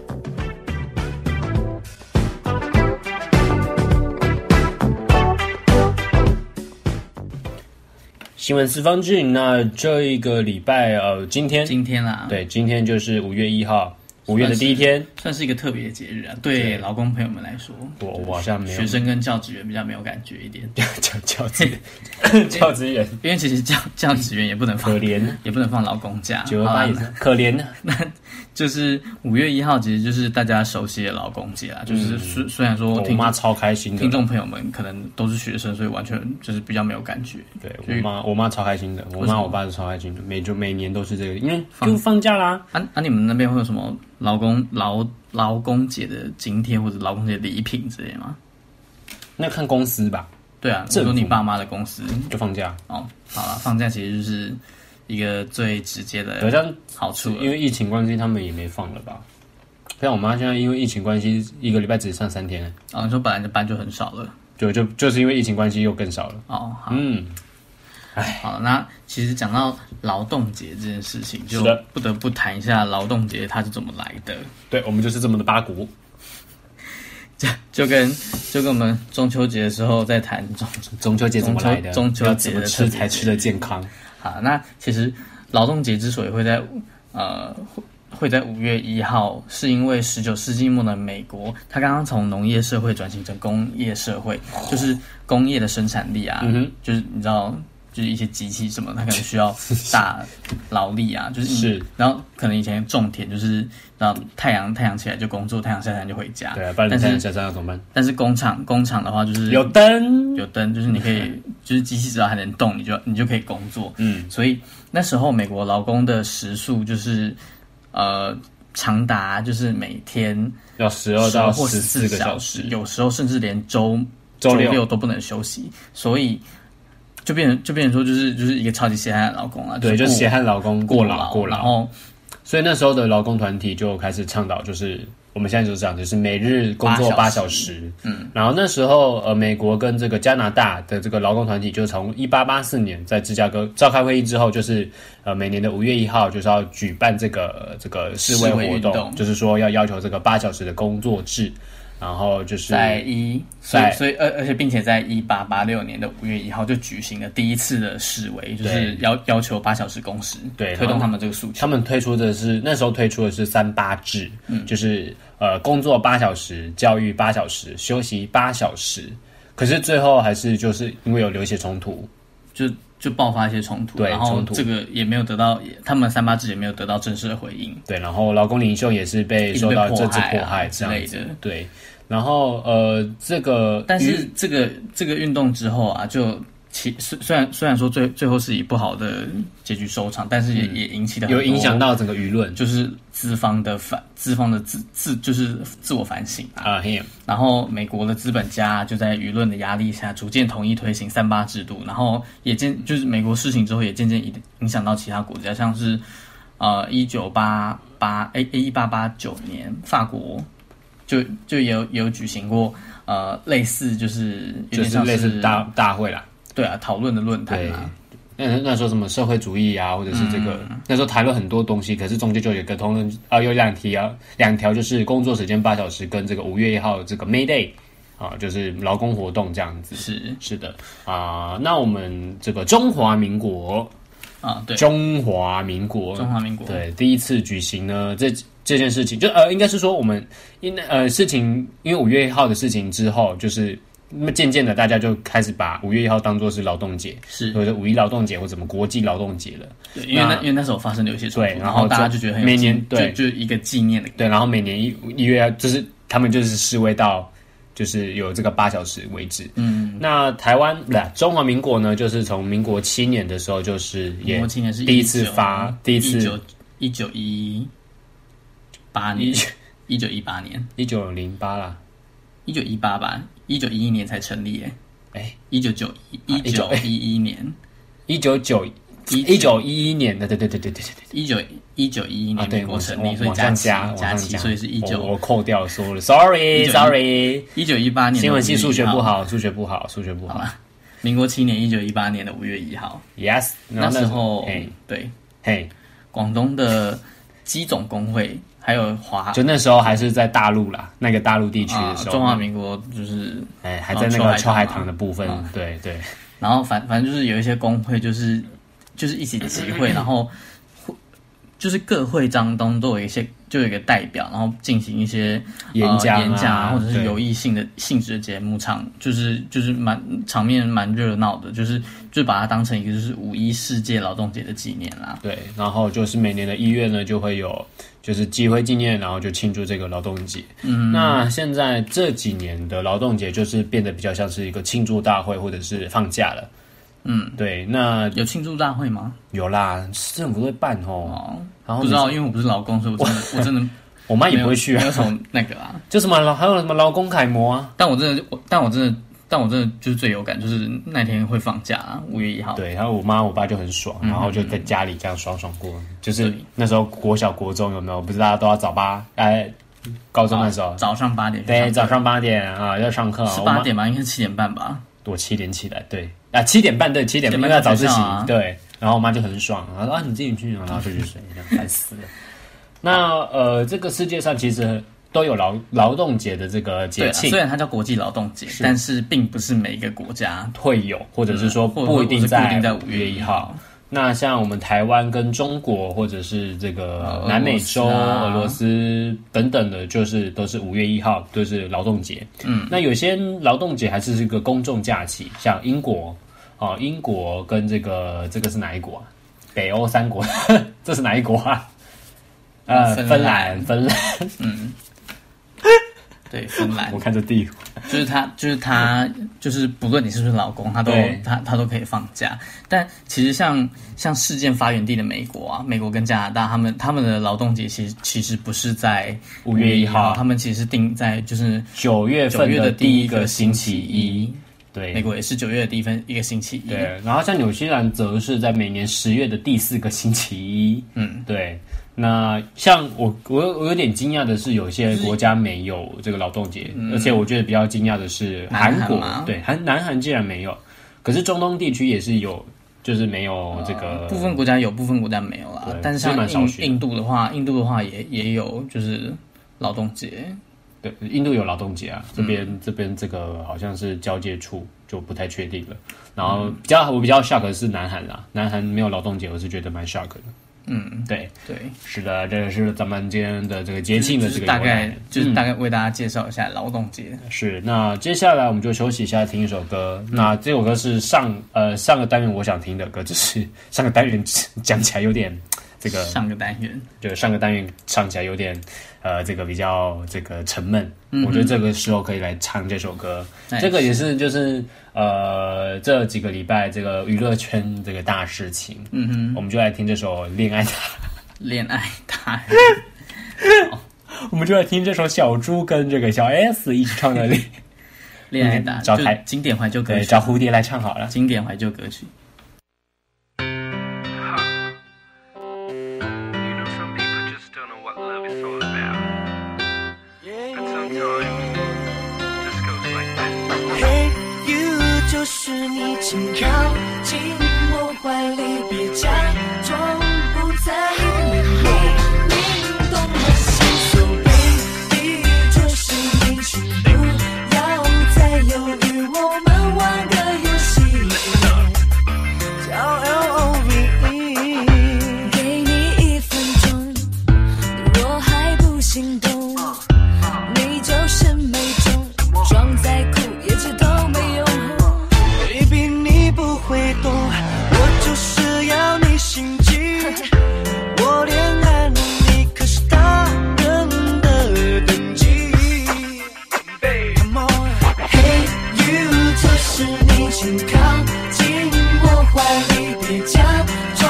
S1: 新闻四方俊，那这一个礼拜呃，今天
S2: 今天啊啦，，
S1: 对，今天就是五月一号，五月的第一 天，
S2: 算是一个特别的节日啊，对
S1: 对
S2: 劳工朋友们来说，
S1: 我我好像没有
S2: 学生跟教职员比较没有感觉一点，
S1: 教教 职教职员
S2: 因为其实教教职员也不能放
S1: 可怜，
S2: 也不能放劳工假，
S1: 九二
S2: 好啊
S1: 八
S2: 啦
S1: 也是可怜，
S2: 就是五月一号，其实就是大家熟悉的劳工节啦。就是虽虽然说
S1: 嗯哦我
S2: 听
S1: 妈超开心的，
S2: 听众朋友们可能都是学生，所以完全就是比较没有感觉。
S1: 对我
S2: 所以
S1: 妈我妈超开心的，我
S2: 为什
S1: 妈
S2: 么
S1: 我爸是超开心的，每就每年都是这个，因为
S2: 放
S1: 就放假啦，
S2: 啊啊，你们那边会有什么劳工劳劳工节的津贴或者劳工节礼品之类吗？
S1: 那看公司吧，
S2: 对啊，
S1: 政
S2: 我说
S1: 府
S2: 你爸妈的公司
S1: 就放假，
S2: 哦，好了，放假其实就是一个最直接
S1: 好
S2: 的
S1: 像
S2: 好处了
S1: 因为疫情关系他们也没放了吧。像我妈现在因为疫情关系，一个礼拜只上三天，
S2: 哦，你说本来就班就很少了
S1: 就就就是因为疫情关系又更少了。
S2: 哦，好，
S1: 嗯，
S2: 好，那其实讲到劳动节这件事情，就是
S1: 的
S2: 不得不谈一下劳动节它是怎么来的，
S1: 对，我们就是这么的八股。
S2: 就跟就跟我们中秋节的时候在谈中
S1: 中秋节怎么来的？
S2: 中秋
S1: 要
S2: 中秋
S1: 怎
S2: 节
S1: 么
S2: 的
S1: 吃
S2: 特别
S1: 才吃得健康？
S2: 好，那其实劳动节之所以会在呃会会在五月一号，是因为十九世纪末的美国，它刚刚从农业社会转型成工业社会，就是工业的生产力啊，
S1: 嗯哼
S2: 就是你知道。就是一些机器什么，它可能需要大劳力啊， 就是你
S1: 是，
S2: 然后可能以前种田就是，然后太阳太阳起来就工作，太阳下山就回家。
S1: 对啊，不然你
S2: 但
S1: 太
S2: 是嗯
S1: 阳下山要怎么办？
S2: 但是工厂工厂的话就是
S1: 有灯，
S2: 有灯，就是你可以，就是机器只要还能动，你就你就可以工作。
S1: 嗯，
S2: 所以那时候美国劳工的时数就是呃长达就是每天
S1: 要十二到
S2: 12或
S1: 十
S2: 四
S1: 四个
S2: 小
S1: 小时。
S2: 有时候甚至连周
S1: 周六
S2: 六都不能休息，所以就变成就变成说就是就是一个超级血汗的劳工啊，
S1: 对，就是血汗劳工过
S2: 劳
S1: 劳过
S2: 然
S1: 劳，
S2: 后
S1: 所以那时候的劳工团体就开始倡导，就是我们现在就是这样，就是每日工作八
S2: 八
S1: 小
S2: 小
S1: 时。嗯，然后那时候呃，美国跟这个加拿大的这个劳工团体就从一八八四年在芝加哥召开会议之后，就是呃每年的五月一号就是要举办这个呃这个示
S2: 示
S1: 威
S2: 威
S1: 活
S2: 运
S1: 动，
S2: 动
S1: 就是说要要求这个八小时的工作制，然后就是
S2: 在一，所
S1: 在
S2: 以所以而而且并且在一八八六年的五月一号就举行了第一次的示威，就是
S1: 对
S2: 要要求八小时工时，
S1: 对
S2: 推
S1: 然后
S2: 动他们这个诉求。
S1: 他们推出的是那时候推出的是三八制，
S2: 嗯
S1: 就是呃工作八小时，教育八小时，休息八小时。可是最后还是就是因为有流血冲突，
S2: 就就爆发一些冲突，
S1: 对
S2: 然后
S1: 冲突
S2: 这个也没有得到，也他们三八制也没有得到正式的回应，
S1: 对，然后劳工领袖也是被
S2: 一直
S1: 受
S2: 被
S1: 到
S2: 迫
S1: 政治
S2: 害
S1: 迫
S2: 啊
S1: 害
S2: 之
S1: 这样
S2: 类
S1: 子
S2: 的，
S1: 对。然后呃，这个
S2: 但是
S1: 于
S2: 这个这个运动之后啊，就其虽虽然虽然说最最后是以不好的结局收场，但是也、也引起了很
S1: 嗯有
S2: 多
S1: 影响到整个舆论
S2: 就是资方的反资方的自自就是自我反省啊，
S1: 啊，嘿，
S2: 然后美国的资本家就在舆论的压力下，逐渐同意推行三八制度，然后也渐就是美国事情之后也渐渐影影响到其他国家，像是呃一九八八哎一八八九年法国就就也有也有举行过呃类似就是有点
S1: 就是
S2: 像
S1: 类似大大会啦，
S2: 对啊讨论的论坛
S1: 对
S2: 啊，。
S1: 那嗯那时候什么社会主义啊，或者是这个、
S2: 嗯
S1: 那时候谈论很多东西，可是中间就有一个通论啊，有两题啊，两条就是工作时间八小时跟这个五月一号这个 May Day 啊，就是劳工活动这样子。
S2: 是
S1: 是的啊、那我们这个中华民国，
S2: 啊对
S1: 中华民国，
S2: 中华民国
S1: 对，第一次举行呢，这这件事情就呃，应该是说我们因呃事情，因为五月一号的事情之后，就是那么渐渐的大家就开始把五月一号当做是劳动节，
S2: 是
S1: 或者五一劳动节或者什么国际劳动节了。
S2: 对，因为那
S1: 那
S2: 因为那时候发生了有一些冲突，
S1: 对然
S2: 然
S1: 后
S2: 后大家
S1: 就
S2: 就觉得很有
S1: 每
S2: 纪
S1: 年对
S2: 就就一个纪念的
S1: 对，然后每年一一月就是他们就是示威到就是有这个八小时为止。嗯，那台湾不是中华民国呢，就是从民国七年的时候就是
S2: 民
S1: 也
S2: 国青年是
S1: 第一次
S2: 19
S1: 发第一次
S2: 19一九一八年，一九一八年，
S1: 一九零八啦，
S2: 一九一八吧，一九一一年才成立耶，
S1: 哎，
S2: 一九九一一
S1: 19
S2: 九一一年，
S1: 一九九哎一九一一年的，对对对对对对对。
S2: 一九一九一一
S1: 啊，
S2: 年
S1: 对，
S2: 美
S1: 往
S2: 国
S1: 上
S2: 成立，所以
S1: 往上
S2: 加七
S1: 加，往上
S2: 七，
S1: 加，
S2: 所以是一
S1: 我我
S2: 九
S1: 扣掉说了，sorry
S2: 19
S1: sorry，
S2: 一九一八年的
S1: 新闻系
S2: 5月
S1: 数
S2: 1
S1: 学
S2: 号
S1: 不，好，数学不好，数学不好
S2: 民国七年一九一八年的五月一号，
S1: ，yes，
S2: 那
S1: 然后
S2: 时候
S1: 嘿
S2: 对
S1: 嘿，
S2: 广东的机总工会，还有华
S1: 就那时候还是在大陆啦，那个大陆地区
S2: 啊
S1: 的时候，
S2: 中华民国就是
S1: 哎，还在那
S2: 然后
S1: 个
S2: 秋
S1: 秋
S2: 海
S1: 海
S2: 棠
S1: 棠的部分
S2: 啊，
S1: 对对，
S2: 然后反反正就是有一些工会就是就是一起集 会，然后会就是各会章中都有一些就有一个代表，然后进行一些
S1: 演讲啊
S2: 呃、演讲啊或者是
S1: 对
S2: 有益性的性质的节目场，就是就是蛮场面蛮热闹的，就是就把它当成一个就是五一世界劳动节的纪念啦。
S1: 对，然后就是每年的一月呢，就会有就是集会纪念，然后就庆祝这个劳动节。嗯，那现在这几年的劳动节就是变得比较像是一个庆祝大会或者是放假了。嗯，对，那
S2: 有庆祝大会吗？
S1: 有啦，政府都会办哦。
S2: 哦，
S1: 然后
S2: 不知道，
S1: 你，
S2: 因为我不是劳工，所以我真 的我真的
S1: 我妈也
S2: 没有
S1: 不会去
S2: 没
S1: 啊
S2: 有。什么那个啊。
S1: 就什么劳，还有什么劳工楷模啊？
S2: 但我真的，我但我真的，但我真的就是最有感，就是那天会放假啊，五月一号。
S1: 对，然后我妈我爸就很爽，然后就在家里这样爽爽过。就是
S2: 嗯对
S1: 那时候国小国中有没有？不是大家都要早八，哎，高中那时候。
S2: 啊早上八点去上课，
S1: 对，早上八点啊，要上课啊。
S2: 是
S1: 我妈
S2: 八点吧？应该是七点半吧？
S1: 我七点起来，对啊，七点半，对，七点半
S2: 7点
S1: 因
S2: 半
S1: 为要早自
S2: 就
S1: 习
S2: 睡觉啊，
S1: 对。然后我妈就很爽，然后说啊，你自己去，然后就去睡，这样烦死了。那呃，这个世界上其实都有劳劳动节的这个
S2: 对
S1: 节
S2: 啊，
S1: 庆
S2: 虽，然它叫国际劳动节，但是并不是每一个国家，
S1: 会有，或者是说
S2: 嗯或
S1: 不一定嗯
S2: 或者是固定在
S1: 五
S2: 5月
S1: 一
S2: 1
S1: 号
S2: 号。
S1: 那像我们台湾跟中国，或者是这个
S2: 呃
S1: 南美洲、
S2: 俄罗斯啊
S1: 俄罗斯等等的，就是都是五月一号，就是劳动节。嗯，那有些劳动节还是是一个公众假期，像英国哦，英国跟这个这个是哪一国啊？北欧三国， 这是哪一国啊？呃，
S2: 啊芬
S1: 芬兰，
S2: 兰
S1: 芬兰，
S2: 对芬兰
S1: 我，看这地图，
S2: 就是它，就是它，就是不论你是不是老公，他都
S1: 对
S2: 他他都可以放假。但其实像像事件发源地的美国啊，美国跟加拿大，他们他们的劳动节其实其实不是在
S1: 5月1号
S2: 他们其实是定在就是
S1: 九月
S2: 九
S1: 份
S2: 月的
S1: 第
S2: 第
S1: 一
S2: 个
S1: 个
S2: 星
S1: 星期
S2: 期
S1: 一
S2: 一，，
S1: 对，
S2: 美国也是九月的第一分一个星期一。
S1: 对，然后像纽西兰则是在每年十月的第四个星期一。
S2: 嗯，
S1: 对。那像我，我我有点惊讶的是，有些国家没有这个劳动节，而且我觉得比较惊讶的是
S2: 嗯南韩
S1: 国，
S2: 吗
S1: 对，韩南韩竟然没有，可是中东地区也是有，就是没有这个、
S2: 啊部分国家有，部分国家没有啦
S1: 对。
S2: 但是
S1: 是
S2: 像
S1: 蛮少
S2: 印
S1: 数的
S2: 印度的话，印度的话也也有就是劳动节，
S1: 对，印度有劳动节啊，
S2: 嗯
S1: 这边、这边这个好像是交界处，就不太确定了。然后比较我比较 shock 的是南韩啦，南韩没有劳动节，我是觉得蛮 shock 的。嗯，对，
S2: 对，
S1: 是的，这是咱们今天的这个节庆
S2: 就
S1: 的
S2: 是
S1: 这个嗯
S2: 大
S1: 由来
S2: 概就是大概为大家介绍一下劳动节。
S1: 是。那接下来我们就休息一下，听一首歌。
S2: 嗯
S1: 那这首歌是上呃上个单元我想听的歌，只是上个单元讲起来有点这个，
S2: 上个单元，
S1: 就上个单元唱起来有点呃这个比较这个沉闷。我觉得这个时候可以来唱这首歌，
S2: 嗯 Nice
S1: 这个也是就是呃这几个礼拜这个娱乐圈这个大事情，
S2: 嗯哼，
S1: 我们就来听这首《恋爱大
S2: 恋爱达人，
S1: 我们就来听这首小猪跟这个小 S 一起唱的《
S2: 恋爱达人，
S1: 找台
S2: 就经典怀旧歌
S1: 嗯对，
S2: 曲，
S1: 找蝴蝶来唱好了。
S2: 经典怀旧歌曲。
S6: You know, some people just don't know what love is all about. And sometimes this goes like this.
S7: 嘿，you 就是你，请靠近我怀里，别假装不在意。你懂我心，so baby 就是你，请不要再犹豫，我们玩个游戏，叫 L O V E。给你一分钟，你若还不心动。你就是美中，装再酷一切都没用。Baby，你不会懂，我就是要你心机。我恋爱了你，可是大人的等级。Come on，Hey you，就是你，请靠近我怀里，别假装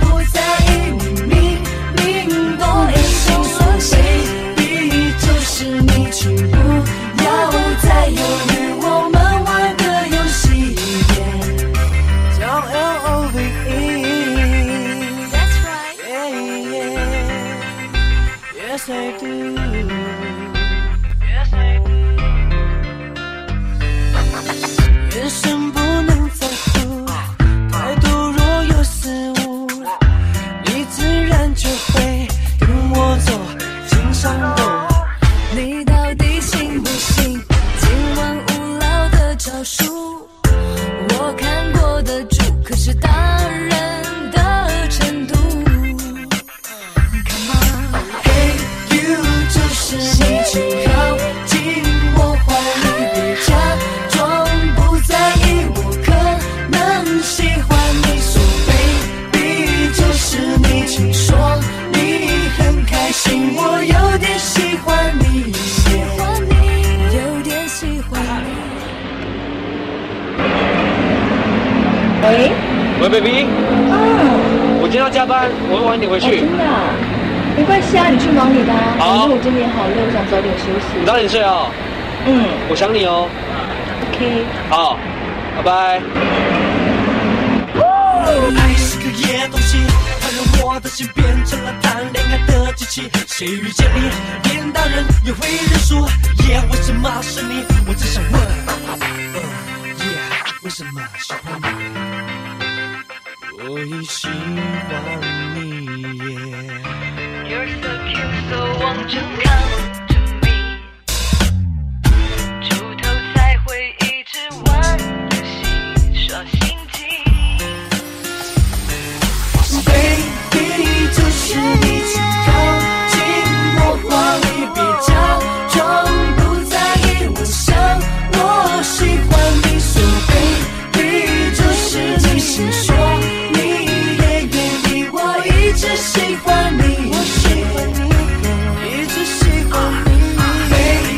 S7: 不在意，你明明懂我心酸，Baby，就是你，请不要再犹豫，我们玩个游戏叫 L O V E。
S5: That's right，
S7: Yeah, yeah. Yes, I do. Yes, I do. 人生不能再苦，可是大人的程度。Come on, hey you，就是你，请靠近我怀里，别假装不在意，我可能喜欢你。So baby，就是你，请说你很开心，我有点喜欢你，喜欢你，有点喜欢你。
S8: 喂，baby。我啊今天要加班，我会晚一点回去。
S9: 真的啊、没关系啊，你去忙你的啊。
S8: 好
S9: 反正我这边也好累，我想早点休息
S8: 你。早点睡哦，
S9: 嗯
S8: 我想你哦。
S9: ，OK。
S8: 好，拜拜。
S3: 爱是个野东西，它让我的心变成了谈恋爱的机器。谁遇见你，连大人也会认输。耶，为什么是你？我只想问，呃耶，为什么喜欢你？我也喜欢你耶。
S7: You're so cute, so won't you come to me？出头才会一直玩游戏，耍心机。Baby，就是你，请靠近我怀里，别假装不在意，我想我喜欢你。So baby，就是你，请说你也愿意，我一直喜欢你，我喜欢你，一直喜欢你。Baby，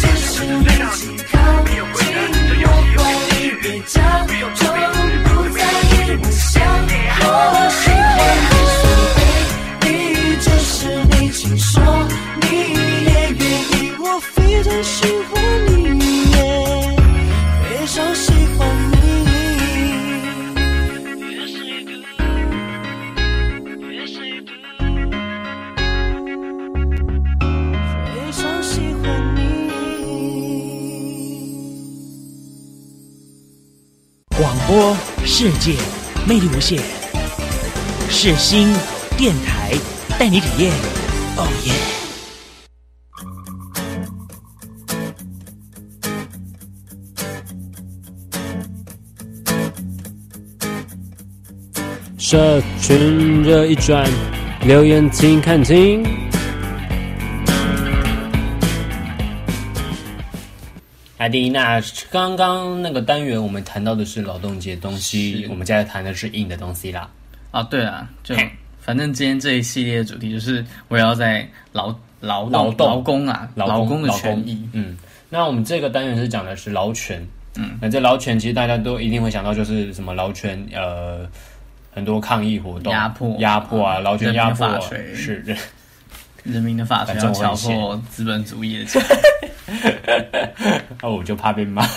S7: 就是你，请靠近我怀里，别假装不在意，我想我喜欢你。So baby，就是你，请说你也愿意，我非常喜欢你，非常喜欢你。Yes, I do. Yes, I do. 非常喜欢你。
S3: 广播世界魅力无限，世新电台带你体验。哦耶！
S1: 社群热一转，留言请看清。艾迪，那刚刚那个单元我们谈到的是劳动节东西，我们现在谈的是硬的东西啦。
S2: 啊，对啊，就
S1: 嘿
S2: 反正今天这一系列主题就是围绕在劳劳动
S1: 劳动
S2: 劳工啊，劳工的权益。
S1: 嗯，那我们这个单元是讲的是劳权。嗯，那这劳权其实大家都一定会想到，就是什么劳权呃，很多抗议活动、
S2: 压迫嗯
S1: 压迫啊，劳权
S2: 人民
S1: 压迫
S2: 法
S1: 啊
S2: 锤
S1: 是 人
S2: 人民的法锤
S1: 反正
S2: 要
S1: 我
S2: 强
S1: 很闲
S2: 迫资本主义的强。
S1: 哦，我就怕被 骂。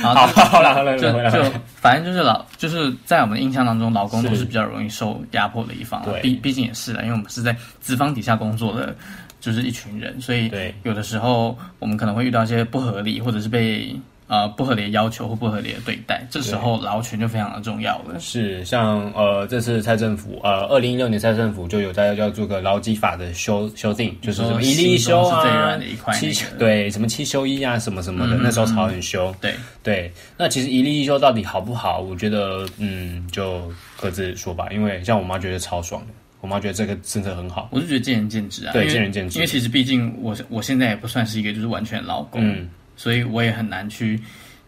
S2: 好
S1: 好，好了，好了，
S2: 就
S1: 回来，回
S2: 就
S1: 来
S2: 反正就是老，就是在我们的印象当中，劳工都
S1: 是
S2: 是比较容易受压迫的一方、啊
S1: 对，
S2: 毕毕竟也是啦，因为我们是在资方底下工作的，就是一群人，所以
S1: 对
S2: 有的时候我们可能会遇到一些不合理，或者是被呃不合理的要求或不合理的对待，这时候劳权就非常的重要了。
S1: 是像呃，这次蔡政府呃，二零一六年蔡政府就有在要做个劳基法的修修订，就是什么一例一
S2: 你说心
S1: 休
S2: 中是最
S1: 啊
S2: 软的一块，
S1: 七
S2: 那个
S1: 对什么七休一啊，什么什么的，
S2: 嗯
S1: 那时候吵很凶。
S2: 对，
S1: 对，那其实一例一休到底好不好？我觉得，嗯，就各自说吧。因为像我妈觉得超爽的，我妈觉得这个政策很好。
S2: 我就觉得见仁见智啊，
S1: 对
S2: 因为
S1: 见仁见智
S2: 因为其实毕竟我我现在也不算是一个就是完全劳工，
S1: 嗯，
S2: 所以我也很难去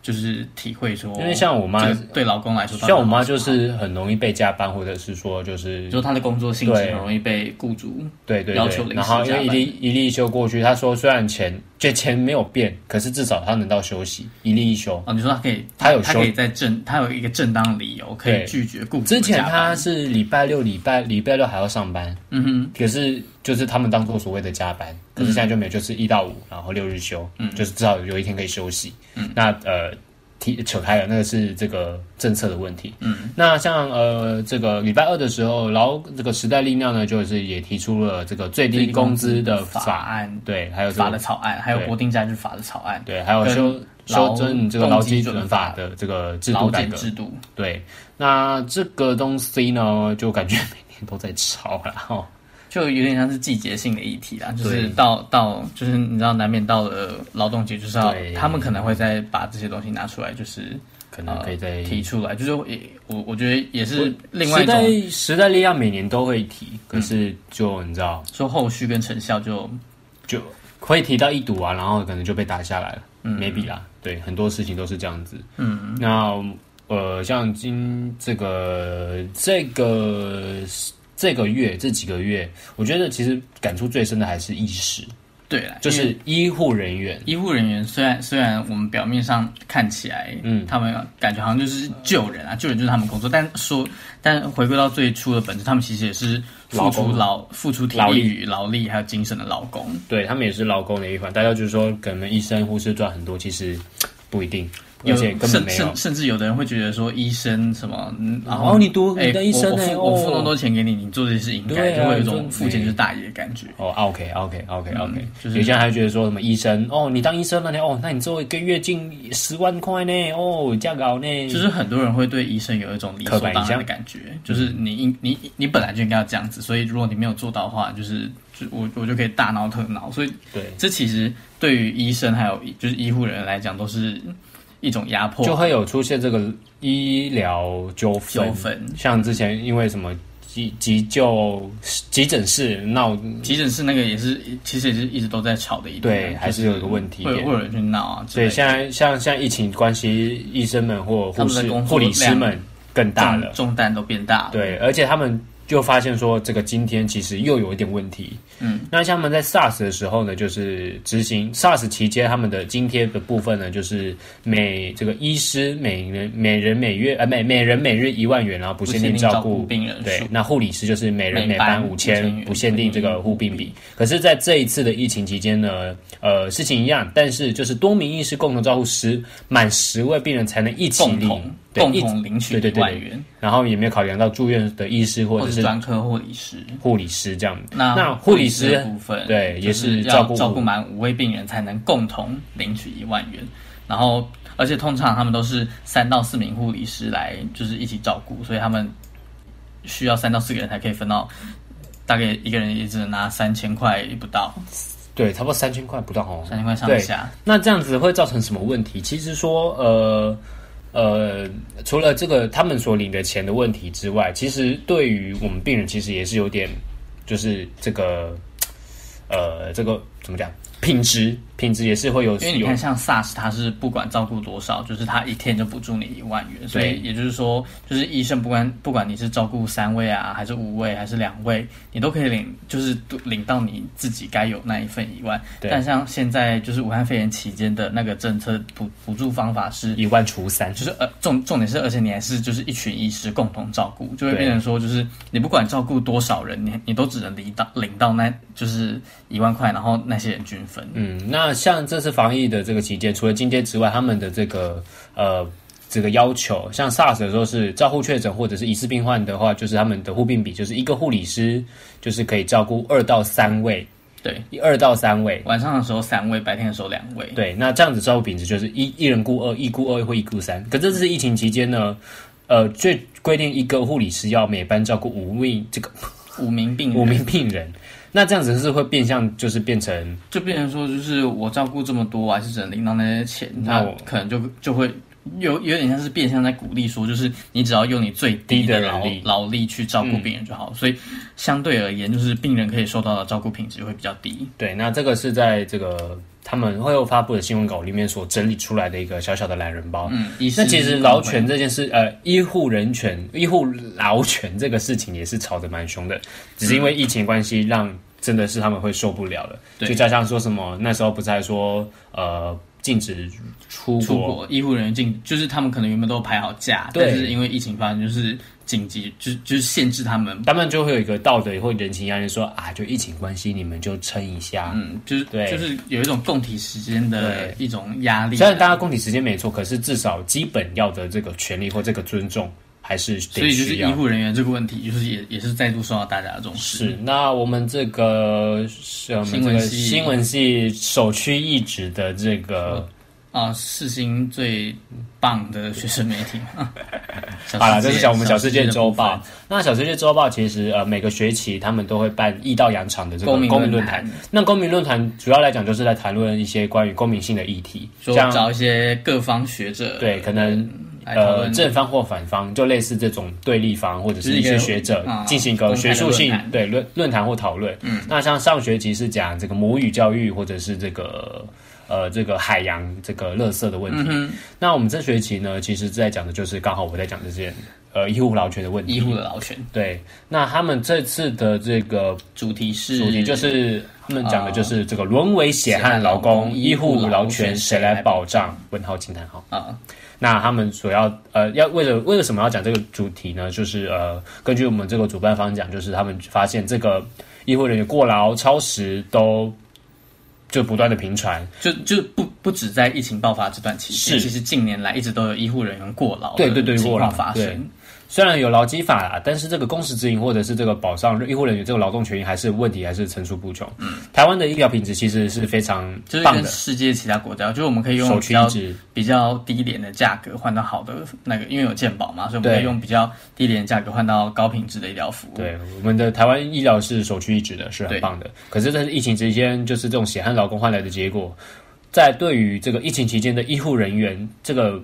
S2: 就是体会说，
S1: 因为像我妈
S2: 这个对劳工来说，
S1: 嗯像我妈就是很容易被加班，或者是说就是
S2: 就是她的工作性质
S1: 对
S2: 很容易被雇主
S1: 对对
S2: 要求临
S1: 对，
S2: 时
S1: 然后因为
S2: 加班
S1: 一例一例一休过去，她说虽然钱这钱没有变，可是至少她能到休息一例一休。
S2: 哦，你说她可以，
S1: 她有
S2: 她
S1: 休
S2: 可以在正，她有一个正当理由可以
S1: 对
S2: 拒绝雇主
S1: 之
S2: 的
S1: 前
S2: 加班
S1: 她是礼拜六、礼拜礼拜六还要上班，
S2: 嗯哼，
S1: 可是就是他们当做所谓的加班，可是现在就没有，就是一到五，然后六日休，嗯，就是至少有一天可以休息。嗯，那呃，提扯开了，那个是这个政策的问题。嗯，那像呃这个礼拜二的时候，劳这个时代力量呢，就是也提出了这个最
S2: 最
S1: 低
S2: 低
S1: 工
S2: 工
S1: 资
S2: 资
S1: 的
S2: 法案
S1: 对，还有这个
S2: 法的草案，还有
S1: 对
S2: 国定假日法的草案，
S1: 对，还有
S2: 跟
S1: 修修
S2: 劳
S1: 正这个
S2: 动
S1: 劳
S2: 基
S1: 基
S2: 准
S1: 准
S2: 法
S1: 法的这个制
S2: 劳
S1: 度改
S2: 检
S1: 革。
S2: 制度，
S1: 对，那这个东西呢，就感觉每年都在吵了哈、哦。
S2: 就有点像是季节性的议题啦，就是到到就是你知道，难免到了劳动节，就是要
S1: 对
S2: 他们可能会再把这些东西拿出来，就是
S1: 可能嗯可以再
S2: 呃、提出来，就是也我我觉得也是另外
S1: 时
S2: 一种嗯
S1: 代时代力量每年都会提，可是就你知道，
S2: 说后续跟成效就
S1: 就会提到一读啊，然后可能就被打下来了、m
S2: 嗯
S1: a y b e 啦，对，很多事情都是这样子。嗯，那呃，像今这个这个这个月这几个月，我觉得其实感触最深的还是医师，
S2: 对了，
S1: 就
S2: 因为
S1: 是医护人员。
S2: 医护人员虽然虽然我们表面上看起来，
S1: 嗯
S2: 嗯，他们感觉好像就是救人啊，救人就是他们工作，但说但回归到最初的本质，他们其实也是付
S1: 劳
S2: 出
S1: 工
S2: 劳付出体
S1: 劳力
S2: 力与劳力还有精神的劳工。
S1: 对他们也是劳工的一环，大家就是说，可能医生、护士赚很多，其实不一定，而
S2: 有
S1: 且根本
S2: 甚
S1: 没有
S2: 嗯甚。甚至有的人会觉得说医生什么，嗯然
S1: 哦
S2: 后
S1: 你读
S2: 哎
S1: 你的医生
S2: 我我
S1: 哎
S2: 付我付
S1: 哦
S2: 那么多钱给你，你做这些事应该
S1: 对啊
S2: 就会有一
S1: 你
S2: 种
S1: 说
S2: 付钱就是大爷的感觉。
S1: 哦，OK OK OK
S2: 嗯
S1: OK，、
S2: 就是
S1: 有些人还觉得说什么医生哦，你当医生了呢，哦，那你做一个月进十万块呢，哦，这样搞呢，
S2: 就是很多人会对医生有一种理所当然的感觉，就是你应你你本来就应该要这样子，所以如果你没有做到的话，就是就我我就可以大闹特闹。所以
S1: 对，
S2: 这其实对于医生还有就是医护人员来讲，都是一种压迫。
S1: 就会有出现这个医疗纠纷。
S2: 纠纷
S1: 像之前因为什么急急救急诊室闹，
S2: 急诊室那个也是，其实也是一直都在吵的一点啊，
S1: 对
S2: 就
S1: 还是有一个问题
S2: 会
S1: 点
S2: 会有人去闹啊之
S1: 所
S2: 类
S1: 以
S2: 的。
S1: 现在像像疫情关系，医生们或
S2: 他
S1: 护
S2: 们的
S1: 士、
S2: 工作
S1: 护理师
S2: 量
S1: 们更大了
S2: 重，重担都变大了。
S1: 对，而且他们就发现说，这个今天其实又有一点问题。
S2: 嗯，
S1: 那像他们在 SARS 的时候呢，就是执行 SARS 期间，他们的津贴的部分呢，就是每这个医师每人每人每月呃每每人每日一万元，然后不限定
S2: 不限定
S1: 照
S2: 照顾
S1: 顾
S2: 病人数
S1: 对，那护理师就是每人
S2: 每
S1: 每班
S2: 班
S1: 五千，
S2: 5000
S1: 不限定这个护病比。可是，在这一次的疫情期间呢，呃，事情一样，但是就是多名医师共同照顾十满十位病人才能一起
S2: 共
S1: 领
S2: 同，
S1: 对
S2: 共
S1: 一
S2: 同领取
S1: 对对
S2: 一
S1: 对
S2: 万
S1: 对
S2: 元，
S1: 然后也没有考量到住院的医师或
S2: 或
S1: 者
S2: 者
S1: 是
S2: 是专科护理师。
S1: 护理师这样。
S2: 那
S1: 护理
S2: 师的
S1: 师
S2: 部分，
S1: 对
S2: 就
S1: 也是
S2: 要
S1: 顾
S2: 照顾满五位病人才能共同领取一万元，然后而且通常他们都是三到四名护理师来就是一起照顾，所以他们需要三到四个人才可以分到，大概一个人也只能拿三千块不到，
S1: 对，差不多三千块不到哦，
S2: 三千块上
S1: 对
S2: 下。
S1: 那这样子会造成什么问题？其实说呃。呃，除了这个他们所领的钱的问题之外，其实对于我们病人，其实也是有点，就是这个，呃，这个怎么讲，品质品质也是会有，
S2: 因为你
S1: 有
S2: 看，像 SARS，它是不管照顾多少，就是它一天就补助你一万元，所
S1: 对
S2: 以也就是说，就是医生不管不管你是照顾三位啊，还是五位，还是两位，你都可以领，就是领到你自己该有那一份一万。
S1: 对
S2: 但像现在就是武汉肺炎期间的那个政策补补助方法是
S1: 一万除三，
S2: 就是呃重重点是，而且你还是就是一群医师共同照顾，就会变成说，就是你不管照顾多少人，你你都只能领到领到那就是一万块，然后那些人均分。
S1: 嗯，那像这次防疫的这个期间，除了津贴之外，他们的这个呃这个要求，像 SARS 的时候是照护确诊或者是疑似病患的话，就是他们的护病比就是一个护理师就是可以照顾二到三位，
S2: 对，
S1: 一二到三位。
S2: 晚上的时候三位，白天的时候两位。，
S1: 对，那这样子照顾品质就是一一人雇二，一雇二或一雇三。可这次疫情期间呢，呃，最规定一个护理师要每班照顾五名这个
S2: 五名病人，
S1: 五名病人，那这样子是会变相就是变成
S2: 就变成说，就是我照顾这么多，我还是只能领到那些钱，
S1: 那
S2: 那
S1: 我
S2: 可能就就会有有点像是变相在鼓励说，就是你只要用你最低
S1: 低
S2: 的
S1: 的人
S2: 劳
S1: 力嗯
S2: 劳力去照顾病人就好，所以相对而言，就是病人可以受到的照顾品质会比较低。
S1: 对，那这个是在这个他们会后发布的新闻稿里面所整理出来的一个小小的懒人包。
S2: 嗯，医
S1: 那
S2: 师
S1: 其实劳权这件事，呃，医护人权、医护劳权这个事情也是吵得蛮凶的，只是因为疫情关系，让真的是他们会受不了了。
S2: 嗯对
S1: 就加上说什么那时候不是还说呃禁止出国，
S2: 出国医护人员进，就是他们可能原本都排好假，
S1: 对
S2: 但是因为疫情发生，就是紧急，就就是限制他们。
S1: 他们就会有一个道德或人情压力说，啊，就疫情关系，你们就撑一下。
S2: 嗯，就是
S1: 对
S2: 就是有一种共体时间的
S1: 对
S2: 一种压力，
S1: 虽然大家供体时间没错，可是至少基本要的这个权利或这个尊重还是
S2: 所
S1: 得
S2: 以就是
S1: 需
S2: 医
S1: 要。
S2: 护人员这个问题，就是也也是再度受到大家的重视。
S1: 是，那我们这个是我们
S2: 新
S1: 这
S2: 闻
S1: 个
S2: 系
S1: 新闻系首屈一指的这个
S2: 啊，世新最棒的学生媒体 嘛。小
S1: 好了，
S2: 世
S1: 这
S2: 界
S1: 是小我们小世界
S2: 的
S1: 周
S2: 部分
S1: 报。那小世界周报其实呃每个学期他们都会办易到扬场的这个
S2: 公民
S1: 公民
S2: 论
S1: 论
S2: 坛
S1: 坛。那公民论坛主要来讲就是在谈论一些关于公民性的议题，
S2: 说
S1: 像
S2: 找一些各方学者，
S1: 对可能
S2: 来讨
S1: 呃
S2: 论
S1: 正方或反方，就类似这种对立方或者是一些学者
S2: 就是一个
S1: 进行一
S2: 啊
S1: 个学术
S2: 公
S1: 性
S2: 开的论坛
S1: 对论论坛或讨论。嗯，那像上学期是讲这个母语教育或者是这个呃这个海洋这个垃圾的问题。
S2: 嗯哼
S1: 那我们这学期呢，其实在讲的就是刚好我在讲这件呃医护劳权的问题。
S2: 医护的劳权，
S1: 对，那他们这次的这个
S2: 主题是
S1: 主题就是他们讲的就是这个沦为血
S2: 啊
S1: 汗劳
S2: 血汗劳
S1: 工，
S2: 工
S1: 医护劳权谁来保
S2: 谁来
S1: 障？问号惊叹号。
S2: 啊，
S1: 那他们主要呃要为了为什么要讲这个主题呢？就是呃根据我们这个主办方讲，就是他们发现这个医护人员过劳、超时都就不断的频传，
S2: 就就不不止在疫情爆发这段期间，
S1: 是
S2: 其实近年来一直都有医护人员过劳的
S1: 对对对
S2: 情
S1: 过劳
S2: 况发
S1: 对
S2: 生，
S1: 虽然有劳基法啦，但是这个工时指引或者是这个保障医护人员这个劳动权益还是问题还是层出不穷。嗯，台湾的医疗品质其实是非常
S2: 就是
S1: 棒
S2: 跟
S1: 的，
S2: 世界其他国家，就是我们可以用
S1: 首
S2: 比
S1: 屈
S2: 较
S1: 一指。
S2: 比较低廉的价格换到好的那个，因为有健保嘛，所以我们
S1: 对
S2: 可以用比较低廉的价格换到高品质的医疗服务。
S1: 对，我们的台湾医疗是首屈一指的，是很棒的。可是，在疫情期间，就是这种血汗劳工换来的结果，在对于这个疫情期间的医护人员，这个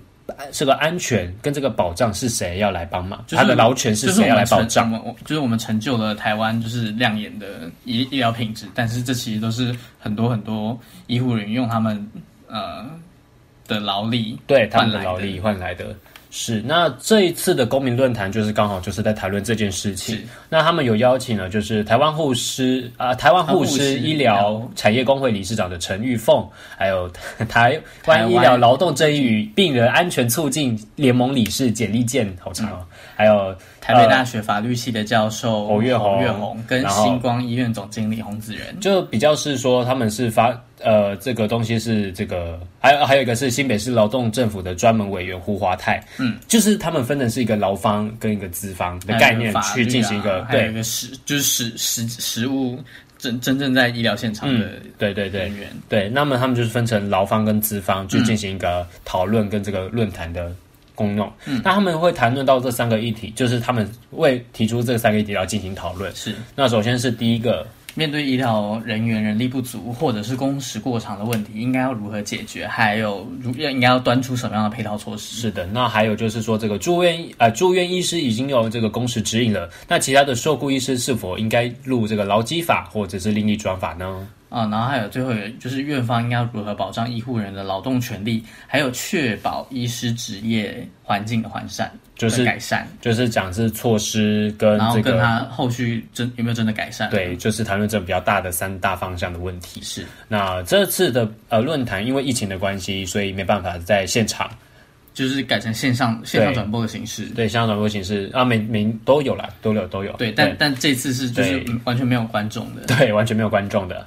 S1: 这个安全跟这个保障是谁要来帮忙？
S2: 就是
S1: 他的劳权是谁要来保障？
S2: 就是我们成我们就是我们成就了台湾就是亮眼的医医疗品质，但是这其实都是很多很多医护人员用他们呃的劳力
S1: 对他们的
S2: 换来的
S1: 劳力换来的。是，那这一次的公民论坛就是刚好就是在谈论这件事情
S2: 是。
S1: 那他们有邀请了，就是台湾护师啊、台湾护
S2: 台湾护
S1: 师
S2: 师
S1: 医疗产业工会理事长的陈玉凤，还有 台湾医
S2: 台
S1: 疗
S2: 湾
S1: 劳动争议与病人安全促进联盟理事简立健，好长哦，还有
S2: 嗯台北大
S1: 呃
S2: 学法律系的教授
S1: 侯月
S2: 侯
S1: 红
S2: 月红跟
S1: 然后
S2: 星光医院总经理洪子仁，
S1: 就比较是说他们是发呃这个东西是这个，还有还有一个是新北市劳动政府的专门委员胡华泰，
S2: 嗯，
S1: 就是他们分的是一个劳方跟一个资方的概念
S2: 还有法律
S1: 去
S2: 啊
S1: 进行一个、
S2: 还有一
S1: 对
S2: 个实就是实实实务真真正在医疗现场的
S1: 对对对
S2: 人员。
S1: 对，那么他们就是分成劳方跟资方
S2: 嗯
S1: 去进行一个讨论跟这个论坛的。功用，
S2: 嗯
S1: 那他们会谈论到这三个议题，就是他们会提出这三个议题来进行讨论。
S2: 是
S1: 那首先是第一个，
S2: 面对医疗人员人力不足或者是工时过长的问题，应该要如何解决？还有如要应该要端出什么样的配套措施？
S1: 是的，那还有就是说，这个住院呃住院医师已经有这个工时指引了，那其他的受雇医师是否应该入这个劳基法或者是另一专法呢？
S2: 啊、然后还有最后一个就是院方应该要如何保障医护人的劳动权利，还有确保医师职业环境的完善，
S1: 就是
S2: 改善，
S1: 就是讲是措施跟
S2: 然后
S1: 这
S2: 跟他
S1: 个。
S2: 后续真有没有真的改善？，
S1: 对，就是谈论这比较大的三大方向的问题。
S2: 是
S1: 那这次的呃论坛，因为疫情的关系，所以没办法在现场。
S2: 就是改成线上线上
S1: 对
S2: 转播的形式。
S1: 对，现场转播形式啊，每每都有啦，都有都有。
S2: 对，但但这次是就是
S1: 对
S2: 完全没有观众的。
S1: 对，完全没有观众的。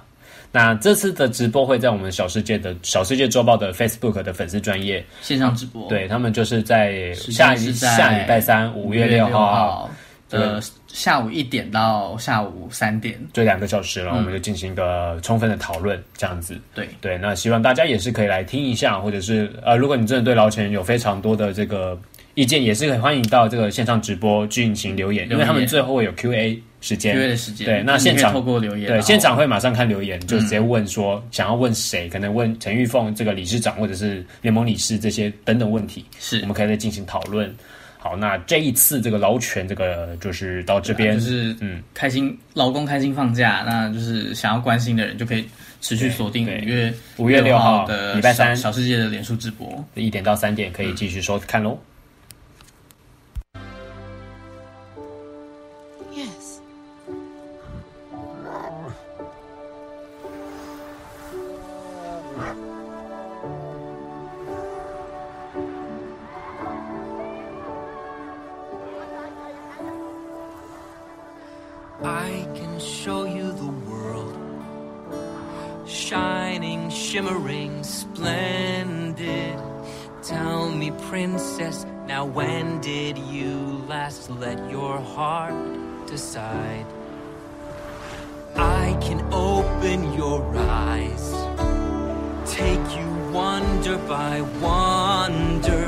S1: 那这次的直播会在我们小世界的小世界周报的 Facebook 的粉丝专业，
S2: 线上直播，
S1: 对他们就是在
S2: 时间
S1: 下
S2: 是
S1: 一
S2: 在
S1: 下礼拜三五月六号
S2: 号的下午一点到下午三点，
S1: 这两个小时，然后我们就进行一个充分的讨论，这样子。
S2: 对，
S1: 对，那希望大家也是可以来听一下，或者是呃，如果你真的对劳权有非常多的这个意见，也是很欢迎到这个线上直播进行留言，
S2: 留言
S1: 因为他们最后会有 Q&A 时间。
S2: 约的时间，
S1: 对，那现
S2: 你可以
S1: 场
S2: 透过留言，
S1: 对
S2: 然后嗯
S1: 现场会马上看留言，就直接问说、想要问谁，可能问陈玉凤这个理事长或者是联盟理事这些等等问题。
S2: 是
S1: 我们可以再进行讨论。好，那这一次这个劳权，这个就是到这边，
S2: 啊就是
S1: 嗯，
S2: 开心，老公开心放假，那就是想要关心的人就可以持续锁定五
S1: 对
S2: 月
S1: 5月
S2: 六
S1: 6号
S2: 的
S1: 礼拜三
S2: 小小世界的脸书直播。
S1: 一点到三
S2: 嗯
S1: 点可以继续收看喽。
S7: Yes.
S10: I can show you the world. Shining, shimmering, splendid. Tell me, princess, now when did you last let your heart decide? I can open your eyes. take you wonder by wonder,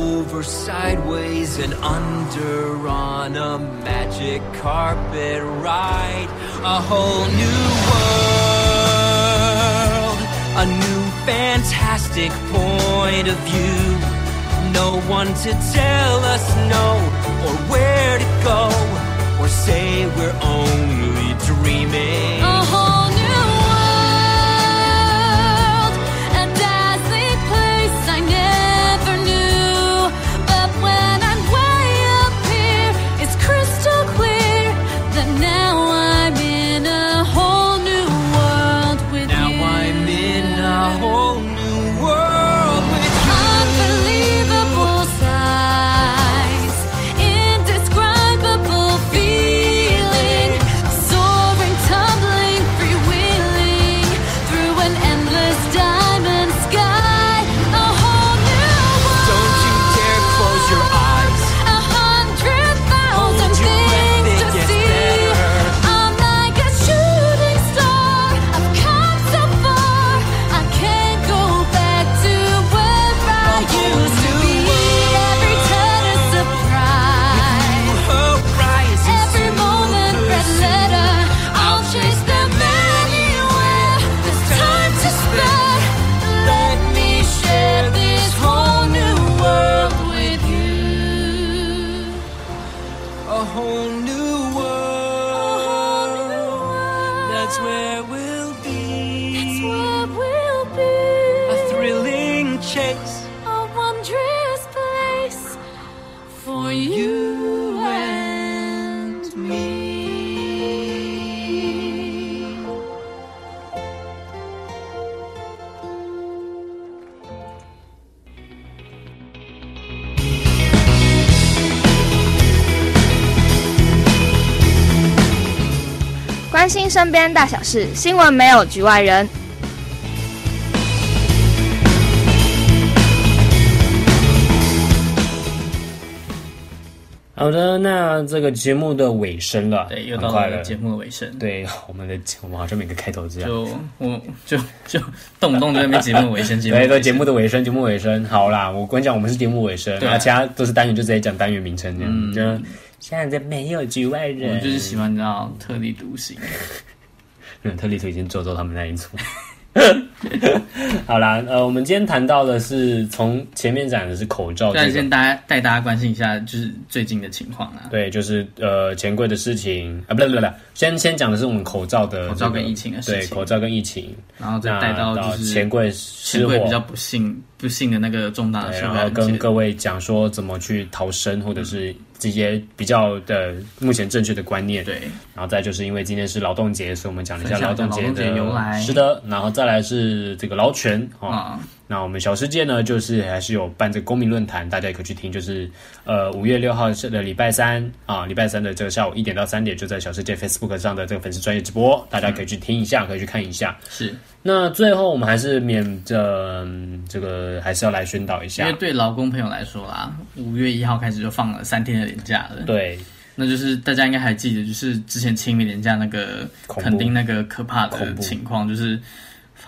S10: over sideways and under on a magic carpet ride. A whole new world, a new fantastic point of view. No one to tell us no or where to go or say we're only dreaming.
S7: A whole new world, a dazzling place I never knew. But when I'm way up here, it's crystal clear that now I'm in a whole new world with
S10: now
S7: you.
S10: I'm in a whole new world with
S7: Unbelievable sights, indescribable feeling, soaring, tumbling, freewheeling through an endless diamond sky. A whole new
S10: Don't you dare close your eyes.
S7: a hundred thousand
S10: Hold your breath,
S7: things
S10: it
S7: to
S10: gets
S7: see.
S10: better.
S7: I'm like a shooting star. I've come so far, I can't go back to where I used to be. Every turn is surprise.
S10: Horizons
S7: Every
S10: to
S7: moment
S10: the
S7: red
S10: sea.
S7: letter. I'll chase them anywhere. There's time to spare. Let me share this whole new world with you.
S10: A whole new world. That's where we'll be.
S7: What will be
S10: A thrilling chase.
S7: a wondrous place for you and me.
S9: 关心身边大小事，新闻没有局外人。
S1: 好的，那这个节目的尾声了，
S2: 对，又
S1: 很
S2: 到
S1: 快
S2: 了节目的尾声。
S1: 对，我们的我们好像每个开头这样，
S2: 就我 就就动不动就在那边节目尾声，节目
S1: 对，
S2: 尾
S1: 哎都
S2: 声
S1: 节目的尾声，节目尾声。好啦，我跟你讲，我们是节目尾声，
S2: 对啊
S1: 然后其他都是单元，就直接讲单元名称这样。
S2: 嗯
S1: 就现在在没有局外
S2: 我
S1: 人，
S2: 们就是喜欢你知道特立独行。
S1: 嗯，特立独行做做他们那一组。 好啦，呃，我们今天谈到的是从前面讲的是口罩
S2: 但
S1: 这
S2: 啊先
S1: 个，
S2: 大家带大家关心一下，就是最近的情况啊，
S1: 对，就是呃钱柜的事情啊，不对不对不对，先先讲的是我们口罩的、
S2: 口罩跟疫情的事
S1: 对，
S2: 情
S1: 口罩跟疫情，
S2: 然后再
S1: 那
S2: 带到就
S1: 到
S2: 是
S1: 钱柜
S2: 钱
S1: 失火
S2: 柜比较不幸不幸的那个重大的事
S1: 对，
S2: 故
S1: 然后
S2: 案
S1: 跟
S2: 件。
S1: 各位讲说怎么去逃生，
S2: 嗯
S1: 或者是这些比较的目前正确的观念。
S2: 对，
S1: 然后再就是因为今天是劳动节，所以我们讲了一下
S2: 分享
S1: 劳
S2: 一下
S1: 动节
S2: 劳动节
S1: 的
S2: 由来
S1: 是的，然后再来是这个劳权哦。
S2: 啊，
S1: 那我们小世界呢，就是还是有办这个公民论坛，大家也可以去听。就是呃，五月六号是的礼拜三啊，礼拜三的这个下午一点到三点，就在小世界 Facebook 上的这个粉丝专业直播，大
S2: 嗯
S1: 家可以去听一下，可以去看一下。
S2: 是
S1: 那最后我们还是免着、嗯这个，还是要来宣导一
S2: 因
S1: 下
S2: 为。对劳工朋友来说啦，五月一号开始就放了三天的年假了。，
S1: 对，
S2: 那就是大家应该还记得，就是之前清明年假那个
S1: 恐怖
S2: 垦丁那个可怕
S1: 恐
S2: 的
S1: 怖
S2: 情况，就是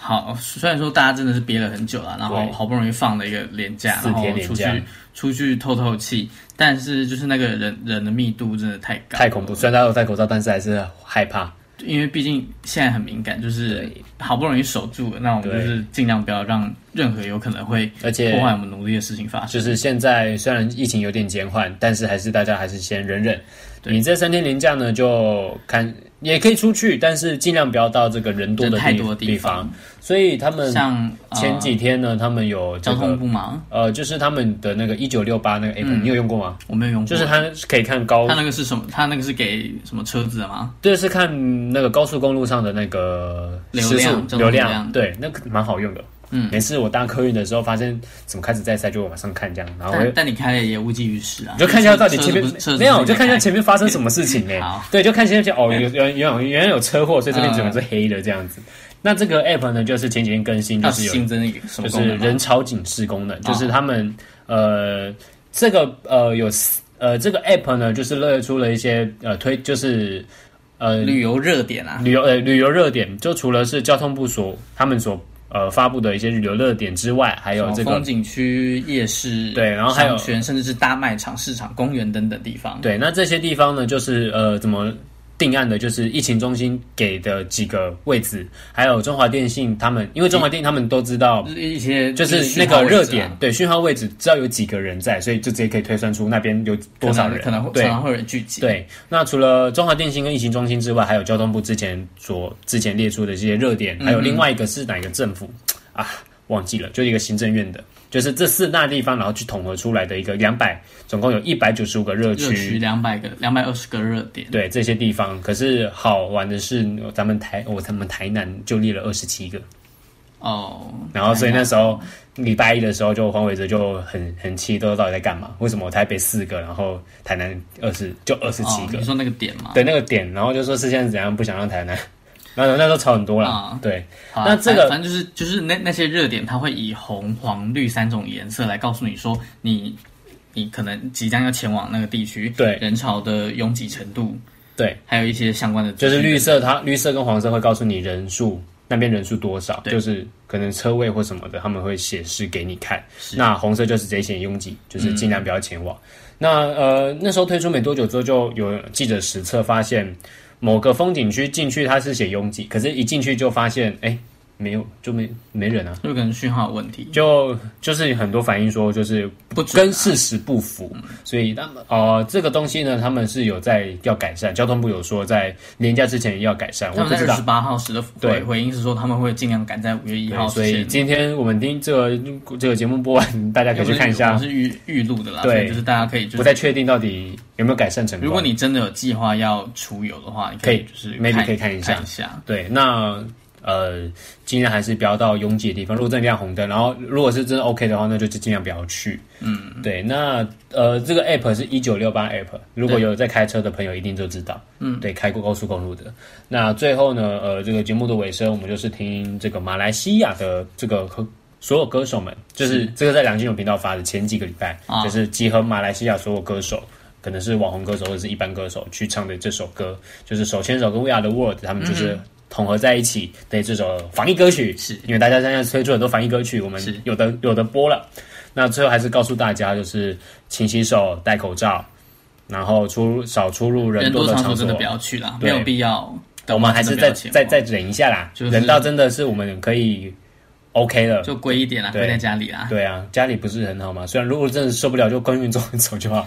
S2: 好，虽然说大家真的是憋了很久了，然后
S1: 对
S2: 好不容易放了一个年假，
S1: 四
S2: 然后
S1: 天
S2: 出
S1: 连假
S2: 去出去透透气，但是就是那个人人的密度真的太高，
S1: 太恐怖。虽然大家有戴口罩，但是还是害怕。
S2: 因为毕竟现在很敏感，就是
S1: 对
S2: 好不容易守住了，那我们
S1: 对
S2: 就是尽量不要让任何有可能会
S1: 而且
S2: 破坏我们努力的事情发生。
S1: 就是现在虽然疫情有点减缓，但是还是大家还是先忍忍。
S2: 对
S1: 你这三天连假呢，就看也可以出去，但是尽量不要到这个人多的
S2: 人太
S1: 地
S2: 多的地
S1: 地
S2: 方
S1: 方。所以他们
S2: 像呃
S1: 前几天呢，他们有这
S2: 交通
S1: 个
S2: 部嘛，
S1: 呃，就是他们的那个一九六八那个 app，、
S2: 嗯
S1: 你有用过吗？
S2: 我没有用过，
S1: 就是它可以看高
S2: 他，那个是什么？他那个是给什么车子的吗？
S1: 就是看那个高速公路上的那个
S2: 流
S1: 时
S2: 量
S1: 速
S2: 交通流
S1: 量，
S2: 量
S1: 对，那个蛮好用的。
S2: 嗯
S1: 每，次我搭客运的时候，发现怎么开始在塞，就往上看这样，然后我
S2: 但
S1: 会
S2: 但你开了也无济于事啊。
S1: 你就看一下到底前面
S2: 车子不是车子
S1: 没有，
S2: 不
S1: 我
S2: 是
S1: 就看一下
S2: 开
S1: 前面发生什么事情呢、
S2: 好
S1: 对，就看前面就哦，有原原有原来有车祸，所以这边整个是黑的这样子。那这个 app 呢，就是前几天更新，
S2: 要
S1: 就是有
S2: 新增一个什
S1: 就
S2: 么功
S1: 是
S2: 能吗？
S1: 人潮警示功能，就是他们呃这个呃有呃这个 app 呢，就是列出了一些呃推就是呃
S2: 旅游热点啊，
S1: 旅游呃旅游热点，就除了是交通部所他们所呃发布的一些旅游热点之外，还有这个
S2: 风景区、夜市，
S1: 对，然后还有
S2: 商圈，甚至是大卖场、市场、公园等等地方。
S1: 对，那这些地方呢，就是呃怎么定案的，就是疫情中心给的几个位置，还有中华电信他们，因为中华电信他们都知道
S2: 一些
S1: 就是那个
S2: 啊
S1: 热点，对讯号位置知道有几个人在，所以就直接可以推算出那边有多少人，
S2: 可能会
S1: 对
S2: 常常会有人聚集。
S1: 对，那除了中华电信跟疫情中心之外，还有交通部之前所之前列出的这些热
S2: 嗯
S1: 点，还有另外一个是哪一个政府、啊？忘记了，就是一个行政院的，就是这四大地方，然后去统合出来的一个两百，总共有一百九十五个热
S2: 热区
S1: 区。
S2: 两百个、两百二十个热点，
S1: 对这些地方，可是好玩的是，咱们台我、咱们台南就列了二十七个，
S2: 哦，
S1: 然后所以
S2: 台南
S1: 那时候礼拜一的时候就黄伟哲就很很气，都到底在干嘛？为什么我台北四个，然后台南二十就二十七
S2: 哦
S1: 个？
S2: 你说那个点吗？
S1: 对那个点，然后就说是现在怎样不想让台南， 那那时候吵很多啦。
S2: 啊
S1: 对，
S2: 好啊
S1: 那这个
S2: 反反正就是就是那那些热点，它会以红、黄、绿三种颜色来告诉你说你你可能即将要前往那个地区，
S1: 对
S2: 人潮的拥挤程度，
S1: 对，
S2: 还有一些相关的资
S1: 就
S2: 讯
S1: 是绿色它绿色跟黄色会告诉你人数那边人数多少，
S2: 对
S1: 就是可能车位或什么的，他们会显示给你看。那红色就是直接写拥挤，就是尽量不要前往。
S2: 嗯
S1: 那呃那时候推出没多久之后，就有记者实测发现，某个风景区进去它是写拥挤，可是一进去就发现哎、没有就没没人啊，
S2: 就可能讯号有问题，
S1: 就就是很多反映说，就是不跟事实不符，
S2: 嗯
S1: 所以他们呃这个东西呢，他们是有在要改善，交通部有说在年假之前要改善，
S2: 他们
S1: 我不
S2: 在
S1: 知
S2: 二
S1: 道
S2: 十。八号时的
S1: 对
S2: 回回应是说他们会尽量赶在五月一
S1: 对
S2: 号之
S1: 所以
S2: 前
S1: 今天我们听这个这个节目播完，大家可以去看一
S2: 因为我
S1: 下
S2: 们，是预预录的啦，
S1: 对
S2: 所以就是大家可以就是
S1: 不太确定到底有没有改善成功。
S2: 如果你真的有计划要出游的话，你
S1: 可以
S2: 以就是
S1: ，maybe 可以看
S2: 看
S1: 一下
S2: 一下，
S1: 对，那呃，尽量还是不要到拥挤的地方。如果真的亮红灯，然后如果是真的 OK 的话，那就尽量不要去。
S2: 嗯，
S1: 对，那呃，这个 app 是一九六八 app，如果有在开车的朋友一定就知道，
S2: 嗯
S1: 对，开过高速公路的。那最后呢，呃，这个节目的尾声，我们就是听这个马来西亚的这个歌所有歌手们，就是
S2: 是
S1: 这个在梁静茹频道发的前几个礼拜，
S2: 啊
S1: 就是集合马来西亚所有歌手。可能是网红歌手或者是一般歌手去唱的这首歌，就是手牵手跟 We Are the World，他们就是
S2: 嗯
S1: 统合在一起的这首防疫歌曲。
S2: 是
S1: 因为大家现在推出很多防疫歌曲，我们
S2: 是
S1: 有的有的播了，那最后还是告诉大家，就是勤洗手、戴口罩，然后出少出入人
S2: 人
S1: 多
S2: 多
S1: 的
S2: 场所
S1: 场所
S2: 真的。不要去啦，
S1: 对
S2: 没有必要。
S1: 我们还是
S2: 真的不
S1: 再
S2: 要前
S1: 再
S2: 往
S1: 再忍一下啦，
S2: 哦就是
S1: 忍到真的是我们可以 OK 了。
S2: 就贵一点啦，
S1: 对
S2: 会在家里啦。
S1: 对啊，家里不是很好吗？虽然如果真的受不了，就公园走一走 就好。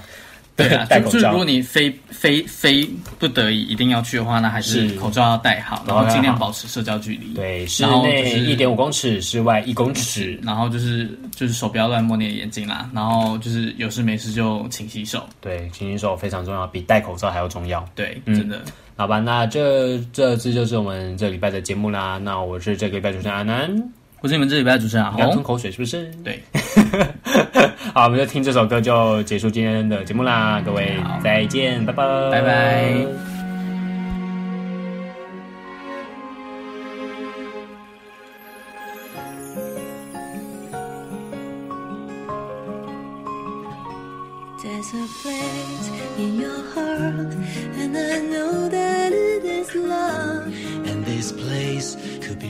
S2: 啊，
S1: 戴
S2: 就
S1: 口
S2: 就是如
S1: 罩
S2: 果。你非非非不得已一定要去的话，那还是
S1: 是
S2: 口罩要戴好，
S1: 然
S2: 然
S1: 后
S2: 后尽
S1: 要
S2: 量保持社交距离。
S1: 对，室
S2: 然后就
S1: 内
S2: 是
S1: 一点五公尺，室外一公尺。
S2: 然后就是就是手不要乱摸你的眼睛啦，然后就是有事没事就勤洗手。
S1: 对，勤洗手非常重要，比戴口罩还要重要。
S2: 对，
S1: 嗯
S2: 真的，
S1: 好吧，那这这次就是我们这礼拜的节目啦。那我是这个礼拜主持人阿南，你
S2: 我是你们这礼拜的主持人阿
S1: 要吞
S2: 红。
S1: 口水是不是？
S2: 对，
S1: 好，我们就听这首歌就结束今天的节目啦，各位
S2: 好
S1: 再见，拜拜，
S2: 拜拜。
S11: There's a place in your heart, and I know that it is love.
S12: And this place could be